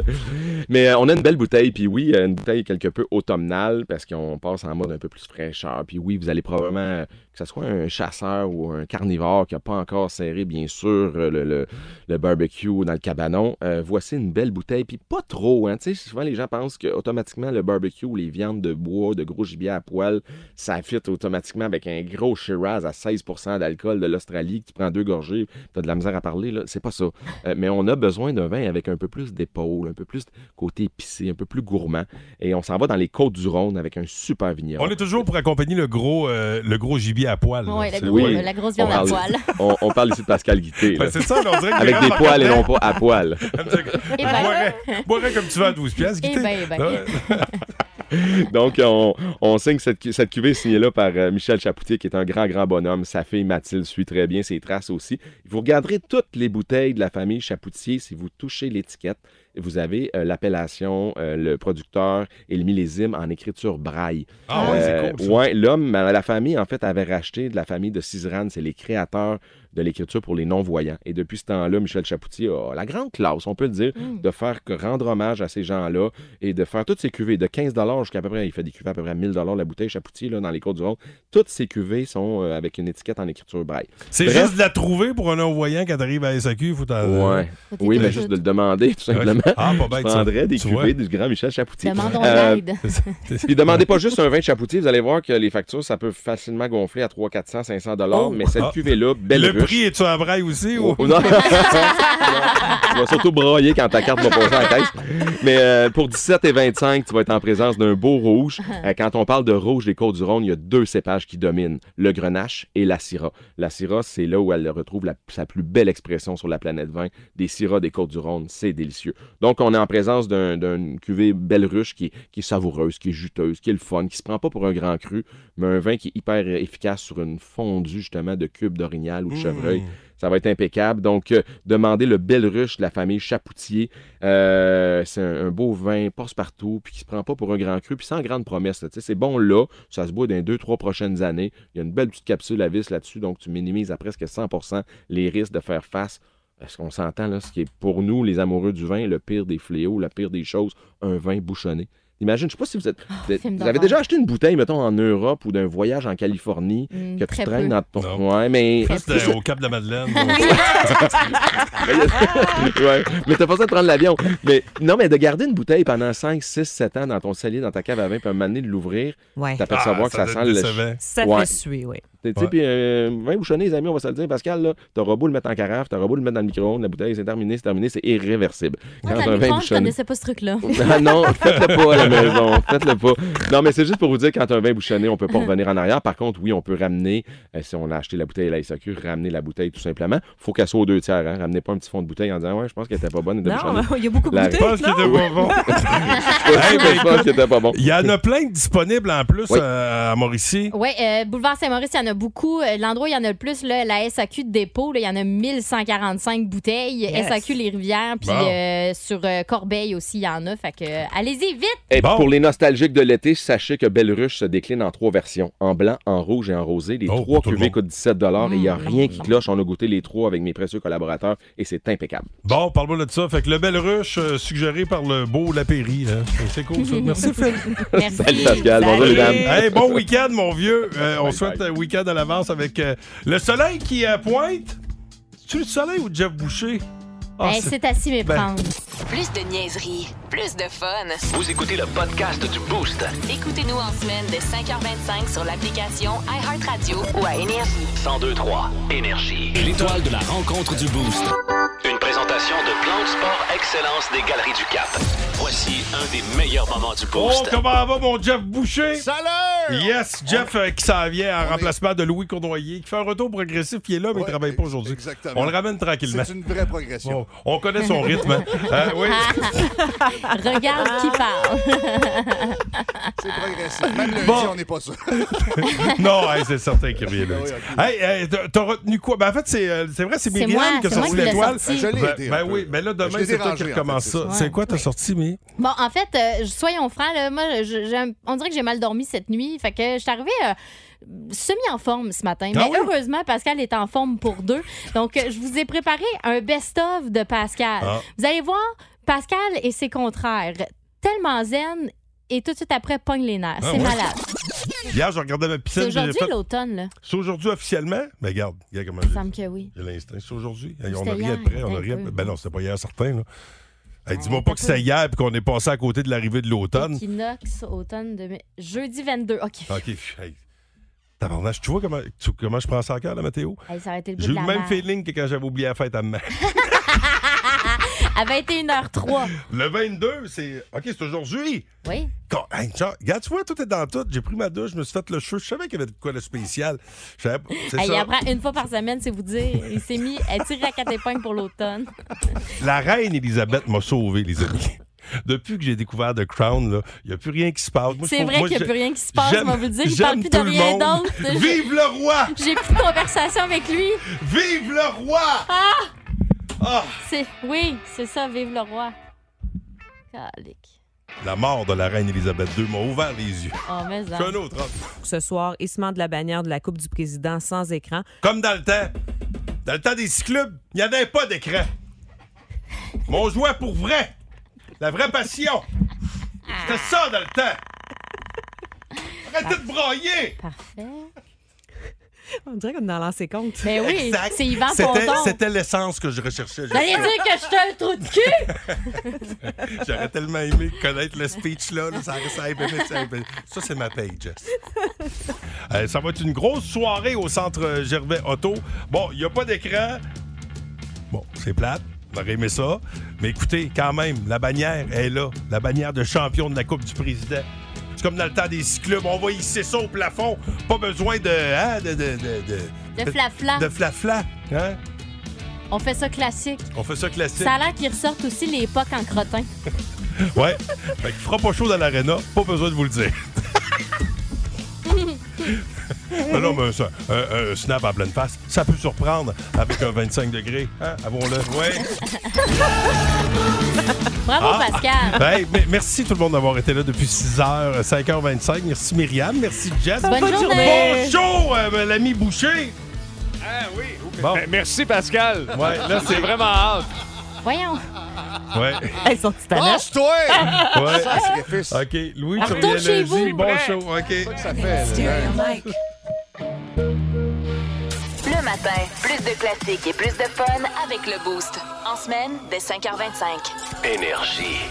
Speaker 21: Mais euh, on a une belle bouteille, puis oui, euh, une bouteille quelque peu automnale, parce qu'on passe en mode un peu plus fraîcheur. Puis oui, vous allez probablement, euh, que ce soit un chasseur ou un carnivore qui n'a pas encore serré, bien sûr, euh, le, le- le barbecue dans le cabanon, euh, voici une belle bouteille, puis pas trop. Hein. Tu sais, souvent, les gens pensent qu'automatiquement, le barbecue, les viandes de bois, de gros gibier à poil, ça fit automatiquement avec un gros Shiraz à 16 d'alcool de l'Australie, que tu prends deux gorgées, tu as de la misère à parler, là. c'est pas ça. Euh, mais on a besoin d'un vin avec un peu plus d'épaule, un peu plus de côté épicé, un peu plus gourmand. Et on s'en va dans les côtes du Rhône avec un super vigneron.
Speaker 2: On est toujours pour accompagner le gros, euh, le gros gibier à poil. là.
Speaker 6: Ouais, la
Speaker 2: C'est-
Speaker 6: gros- Oui. la grosse viande
Speaker 21: on
Speaker 6: à
Speaker 21: parle-
Speaker 6: poil.
Speaker 21: On, on parle ici de Pascal Guité.
Speaker 2: Ben,
Speaker 21: là.
Speaker 2: c'est ça, là, on dirait que
Speaker 21: Avec
Speaker 2: Gérard
Speaker 21: des poils et non
Speaker 2: Marcotin-
Speaker 21: pas à poil.
Speaker 6: Eh ben,
Speaker 2: Boirais comme tu veux à 12 piastres,
Speaker 6: eh
Speaker 2: Guité.
Speaker 6: ben, eh ben.
Speaker 2: Là,
Speaker 21: Donc, on, on signe cette, cu- cette cuvée signée là par euh, Michel Chapoutier, qui est un grand, grand bonhomme. Sa fille Mathilde suit très bien ses traces aussi. Vous regarderez toutes les bouteilles de la famille Chapoutier si vous touchez l'étiquette. vous avez euh, l'appellation, euh, le producteur et le millésime en écriture braille.
Speaker 2: Ah ouais, c'est cool, ça.
Speaker 21: ouais, l'homme, euh, la famille, en fait, avait racheté de la famille de Cizeran, c'est les créateurs de l'écriture pour les non-voyants. Et depuis ce temps-là, Michel Chapoutier a la grande classe, on peut le dire,
Speaker 2: Mm.
Speaker 21: de faire que- rendre hommage à ces gens-là et de faire toutes ces cuvées de 15 jusqu'à à peu près, il fait des cuvées à peu près à 1000 la bouteille Chapoutier là, dans les côtes du Rhône. Toutes ces cuvées sont euh, avec une étiquette en écriture braille.
Speaker 2: C'est
Speaker 21: Bref,
Speaker 2: juste de la trouver pour un non-voyant quand t'arrives à SAQ, il faut t'en.
Speaker 21: Ouais. Oui, mais juste de le demander, tout simplement.
Speaker 2: Ah, pas bête,
Speaker 21: Je
Speaker 2: ça.
Speaker 21: prendrais des
Speaker 2: Tu vois.
Speaker 21: cuvées du grand Michel Chapoutier.
Speaker 6: Demandons
Speaker 21: Euh,
Speaker 6: l'aide.
Speaker 21: Puis demandez pas juste un vin de Chapoutier, vous allez voir que les factures, ça peut facilement gonfler à 300, 400, 500 dollars, mais cette
Speaker 2: Ah.
Speaker 21: cuvée-là, belle
Speaker 2: Le
Speaker 21: ruche.
Speaker 2: prix est-tu en braille aussi? ou-
Speaker 21: Oh, non. tu vas surtout broyer quand ta carte va passer à la caisse. Mais euh, pour 17 et 25, tu vas être en présence d'un beau rouge. Euh, quand on parle de rouge des Côtes-du-Rhône, il y a deux cépages qui dominent, le grenache et la syrah. La syrah, c'est là où elle retrouve la- sa plus belle expression sur la planète vin. Des syrahs des Côtes-du-Rhône, c'est délicieux. Donc, on est en présence d'un- d'une cuvée belle ruche qui, qui est savoureuse, qui est juteuse, qui est le fun, qui se prend pas pour un grand cru, mais un vin qui est hyper efficace sur une fondue, justement, de cubes d'orignal ou de chevreuil.
Speaker 2: Mm.
Speaker 21: Ça va être impeccable. Donc, euh, demandez le bel ruche de la famille Chapoutier. Euh, c'est un, un beau vin, passe-partout, puis qui se prend pas pour un grand cru, puis sans grande promesse. là. Tu sais, C'est bon là, ça se boit dans les deux, trois prochaines années. Il y a une belle petite capsule à vis là-dessus, donc tu minimises à presque 100 les risques de faire face. Est-ce qu'on s'entend là, ce qui est pour nous, les amoureux du vin, le pire des fléaux, la pire des choses, un vin bouchonné. Imagine, je sais pas si vous êtes. vous êtes-
Speaker 6: film
Speaker 21: vous avez
Speaker 6: d'horreur.
Speaker 21: déjà acheté une bouteille, mettons, en Europe ou d'un voyage en Californie
Speaker 6: Mm,
Speaker 21: que
Speaker 6: très
Speaker 21: tu traînes
Speaker 6: peu.
Speaker 21: dans ton. Ouais, mais.
Speaker 2: Ça, c'était au Cap de la Madeleine.
Speaker 21: Ouais. Mais t'as pas ça de prendre l'avion. Mais non, mais de garder une bouteille pendant 5, 6, 7 ans dans ton cellier, dans ta cave à vin, puis à un moment donné de l'ouvrir,
Speaker 7: Ouais.
Speaker 21: t'apercevoir
Speaker 7: Ah,
Speaker 21: que
Speaker 7: ça
Speaker 21: ça,
Speaker 7: doit
Speaker 21: sent
Speaker 7: être
Speaker 21: le.
Speaker 7: décevant.
Speaker 21: ch-
Speaker 7: Ça fait suer, ouais.
Speaker 21: Tu sais,
Speaker 7: Ouais.
Speaker 21: puis euh, vin bouchonné, les amis, on va se le dire, Pascal, là, t'auras beau le mettre en carafe, t'auras beau le mettre dans le micro-ondes, la bouteille, c'est terminé, c'est terminé, c'est irréversible.
Speaker 6: Moi, dans le micro-ondes, je connaissais pas ce truc-là.
Speaker 21: Ah non, faites-le pas à la maison. Faites-le pas. Non, mais c'est juste pour vous dire, quand un vin bouchonné, on peut pas revenir en arrière. Par contre, oui, on peut ramener, euh, si on a acheté la bouteille à la SAQ, ramener la bouteille tout simplement. faut qu'elle soit aux deux tiers. Hein. Ramenez pas un petit fond de bouteille en disant, ouais, je pense qu'elle était pas bonne. elle était
Speaker 7: Non,
Speaker 21: bouchonnée.
Speaker 7: il y a beaucoup de
Speaker 21: La-
Speaker 7: bouteilles. non?
Speaker 21: Je pense qu'elle était pas bonne.
Speaker 2: Il y en a plein de disponibles en plus
Speaker 21: Oui.
Speaker 2: euh, à Mauricie.
Speaker 6: Oui, euh, Boulevard Saint-Maurice, il y en a beaucoup. Euh, L'endroit où il y en a le plus, là, la SAQ de dépôt, là, il y en a 1145 bouteilles.
Speaker 21: Yes.
Speaker 6: SAQ Les Rivières, puis
Speaker 21: Bon.
Speaker 6: euh, sur euh, Corbeil aussi, il y en a. Fait que euh, allez-y vite!
Speaker 21: Et puis, pour les nostalgiques de l'été, sachez que Belle Ruche se décline en trois versions en blanc, en rouge et en rosé. Les trois cuvées coûtent 17 et il n'y a rien qui cloche. On a goûté les trois avec mes précieux collaborateurs et c'est impeccable.
Speaker 2: Bon, parle-moi là de ça. Fait que le bel ruche euh, suggéré par le beau Lapéry. là. Fait que C'est cool ça. Merci Phil.
Speaker 21: Merci. Salut, Pascal. Bonjour, les dames.
Speaker 2: Hey, bon week-end, mon vieux. Euh, on souhaite un week-end à l'avance avec euh, le soleil qui euh, pointe. C'est-tu le soleil ou Jeff Boucher? Ah,
Speaker 1: Ben, c'est assis mes
Speaker 2: Ben,
Speaker 1: Plus de niaiserie, plus de fun.
Speaker 8: Vous écoutez le podcast du Boost.
Speaker 1: Écoutez-nous en semaine de 5h25 sur l'application iHeartRadio ou à Énergie.
Speaker 8: 1023 Énergie. L'étoile de la rencontre du Boost. Une présentation de Plan de Sport Excellence des Galeries du Cap. Voici un des meilleurs moments du
Speaker 2: Oh,
Speaker 8: Boost.
Speaker 2: comment va mon Jeff Boucher? Salut! Yes, Jeff euh, qui s'en vient en remplacement de Louis Cournoyer, qui fait un retour progressif, il est là, mais il travaille pas aujourd'hui.
Speaker 22: exactement.
Speaker 2: On le ramène tranquillement.
Speaker 22: C'est une vraie progression.
Speaker 2: On connaît son rythme. hein. Euh, oui.
Speaker 6: Regarde qui parle.
Speaker 22: C'est progressif. Même lundi,
Speaker 2: Bon.
Speaker 22: on n'est pas sûr.
Speaker 2: non, hey, c'est certain qu'il revient là.
Speaker 22: Ah oui,
Speaker 2: Hey, hey, t'as- t'as retenu quoi? Ben, en fait, c'est, euh, c'est vrai, c'est
Speaker 22: C'est
Speaker 2: Myriam
Speaker 22: moi,
Speaker 2: qui a
Speaker 22: c'est moi
Speaker 2: sorti
Speaker 22: qui l'ai
Speaker 2: l'étoile.
Speaker 22: sorti. Je l'ai
Speaker 2: Ben,
Speaker 22: été un
Speaker 2: ben
Speaker 22: peu.
Speaker 2: oui, ben là,
Speaker 22: Ben, je
Speaker 2: demain,
Speaker 22: l'ai
Speaker 2: c'est toi
Speaker 22: dérangé,
Speaker 2: qui
Speaker 22: en fait,
Speaker 2: recommence
Speaker 22: c'est
Speaker 2: ça.
Speaker 22: ça.
Speaker 2: C'est quoi, t'as sorti, mais?
Speaker 6: Bon, en fait, euh, soyons francs, là, moi, je- j'ai- on dirait que j'ai mal dormi cette nuit. Fait que je suis arrivée euh, semi en forme ce matin.
Speaker 17: Ah
Speaker 6: Mais
Speaker 17: oui?
Speaker 6: heureusement, Pascal est en forme pour deux. Donc, euh, je vous ai préparé un best-of de Pascal.
Speaker 17: Ah.
Speaker 6: Vous allez voir, Pascal et ses contraires. Tellement zen et tout de suite après, pogne les nerfs.
Speaker 2: Ah
Speaker 6: C'est
Speaker 2: ouais?
Speaker 6: malade.
Speaker 2: Hier, je regardais ma piscine.
Speaker 6: C'est
Speaker 2: puis j'ai
Speaker 6: aujourd'hui
Speaker 2: fait-
Speaker 6: l'automble, là.
Speaker 2: C'est aujourd'hui officiellement? Mais regarde, regarde comment
Speaker 6: Il me
Speaker 2: j'ai-
Speaker 6: semble que oui.
Speaker 2: J'ai l'instinct. C'est aujourd'hui. Hey, on
Speaker 6: C'était
Speaker 2: a rien
Speaker 6: hier,
Speaker 2: de prêt. On a
Speaker 6: un
Speaker 2: rien.
Speaker 6: peu.
Speaker 2: Ben non, c'était pas hier certain. Là. Hey, Dis-moi
Speaker 6: un
Speaker 2: pas que
Speaker 6: peu.
Speaker 2: c'était hier et qu'on est passé à côté de l'arrivée de l'automne.
Speaker 6: Equinox, automne, de... jeudi 22. OK.
Speaker 2: OK. Hey. Tabarnache, tu vois comment, tu- comment je prends ça en cœur, la météo?
Speaker 6: Hey, ça aurait été le bout
Speaker 2: J'ai eu
Speaker 6: de
Speaker 2: le
Speaker 6: la
Speaker 2: même
Speaker 6: merde.
Speaker 2: feeling que quand j'avais oublié la fête à ma mère.
Speaker 6: À 21h03.
Speaker 2: Le 22, c'est. OK, c'est aujourd'hui.
Speaker 6: Oui.
Speaker 2: Quand- hey, tiens, regarde, tu vois, tout est dans tout. J'ai pris ma douche, je me suis fait le cheveu. Je savais qu'il y avait de quoi de spécial. Je savais pas- C'est
Speaker 6: Hey, il
Speaker 2: ça.
Speaker 6: apprend une fois par semaine, c'est vous dire. Il s'est mis à tirer à quatre épingles pour l'automne.
Speaker 2: La reine Elisabeth m'a sauvé, les amis. Depuis que j'ai découvert The Crown, là, il n'y a plus rien qui se passe. Moi, je
Speaker 6: C'est
Speaker 2: trouve-
Speaker 6: vrai
Speaker 2: moi,
Speaker 6: qu'il n'y a
Speaker 2: je-
Speaker 6: plus rien qui se passe, je
Speaker 2: j'aime-
Speaker 6: vais vous le dire. Il
Speaker 2: j'aime
Speaker 6: parle plus de
Speaker 2: tout le
Speaker 6: rien
Speaker 2: monde.
Speaker 6: d'autre.
Speaker 2: Vive le roi!
Speaker 6: J'ai plus de conversation avec lui.
Speaker 2: Vive le roi!
Speaker 6: Ah!
Speaker 2: Ah!
Speaker 6: C'est- Oui, c'est ça, vive le roi. Calique.
Speaker 2: La mort de la reine Élisabeth II m'a ouvert les yeux.
Speaker 6: Oh, mais
Speaker 2: C'est un autre homme.
Speaker 7: Ce soir, hissement de la bannière de la Coupe du Président sans écran.
Speaker 2: Comme dans le temps. Dans le temps des cyclubes, il n'y avait pas d'écran. Mais on jouait pour vrai. La vraie passion. C'était ça dans le temps. Arrêtez de broyer.
Speaker 7: On dirait qu'on est dans l'ancien compte.
Speaker 6: Mais oui,
Speaker 2: Exact.
Speaker 6: c'est Yvan
Speaker 2: C'était-
Speaker 6: Ponton.
Speaker 2: C'était l'essence que je recherchais.
Speaker 6: J'allais dire que j'étais un trou de cul!
Speaker 2: J'aurais tellement aimé connaître le speech là. là, ça, ça, ça, ça, ça, c'est ma page. Jess. Euh, ça va être une grosse soirée au centre Gervais Auto. Bon, il n'y a pas d'écran. Bon, c'est plate. J'aurais aimé ça. Mais écoutez, quand même, la bannière est là. La bannière de champion de la Coupe du Président. C'est comme dans le temps des cyclubes. On va hisser ça au plafond. Pas besoin de. hein, de. De. De.
Speaker 6: De flafla.
Speaker 2: De flafla. Hein?
Speaker 6: On fait ça classique.
Speaker 2: On fait ça classique.
Speaker 6: Ça a l'air qu'ils ressortent aussi les pocs en crottin.
Speaker 2: Ouais. Fait qu'il fera pas chaud dans l'aréna, pas besoin de vous le dire. Mais non, mais ça, un, un snap à pleine face, ça peut surprendre avec un 25 degrés. Hein? Avons-le. Ouais.
Speaker 6: Bravo,
Speaker 2: Ah.
Speaker 6: Pascal.
Speaker 2: Ben, mais merci tout le monde d'avoir été là depuis 6h, 5h25. Merci Myriam, merci Jess.
Speaker 6: Bonne Bonne journée. journée.
Speaker 2: Bonjour, euh, l'ami Boucher.
Speaker 10: Ah oui.
Speaker 2: Bon.
Speaker 3: Ben, Merci, Pascal.
Speaker 2: Ouais, là, c'est-
Speaker 3: J'ai vraiment hâte.
Speaker 6: Voyons.
Speaker 2: Ouais.
Speaker 7: Ils sont
Speaker 22: Lâche-toi!
Speaker 2: Ouais.
Speaker 22: Ça, c'est fils.
Speaker 2: OK, Louis,
Speaker 22: Ah,
Speaker 2: tu
Speaker 22: retourne
Speaker 2: reviens
Speaker 22: chez
Speaker 2: lundi.
Speaker 22: vous.
Speaker 2: Bon
Speaker 22: Prêt.
Speaker 2: show. OK.
Speaker 22: C'est ça que ça fait, là.
Speaker 1: Le
Speaker 6: Oh.
Speaker 1: matin, plus de classiques et plus de fun avec le Boost. En semaine, dès 5h25.
Speaker 8: Énergie.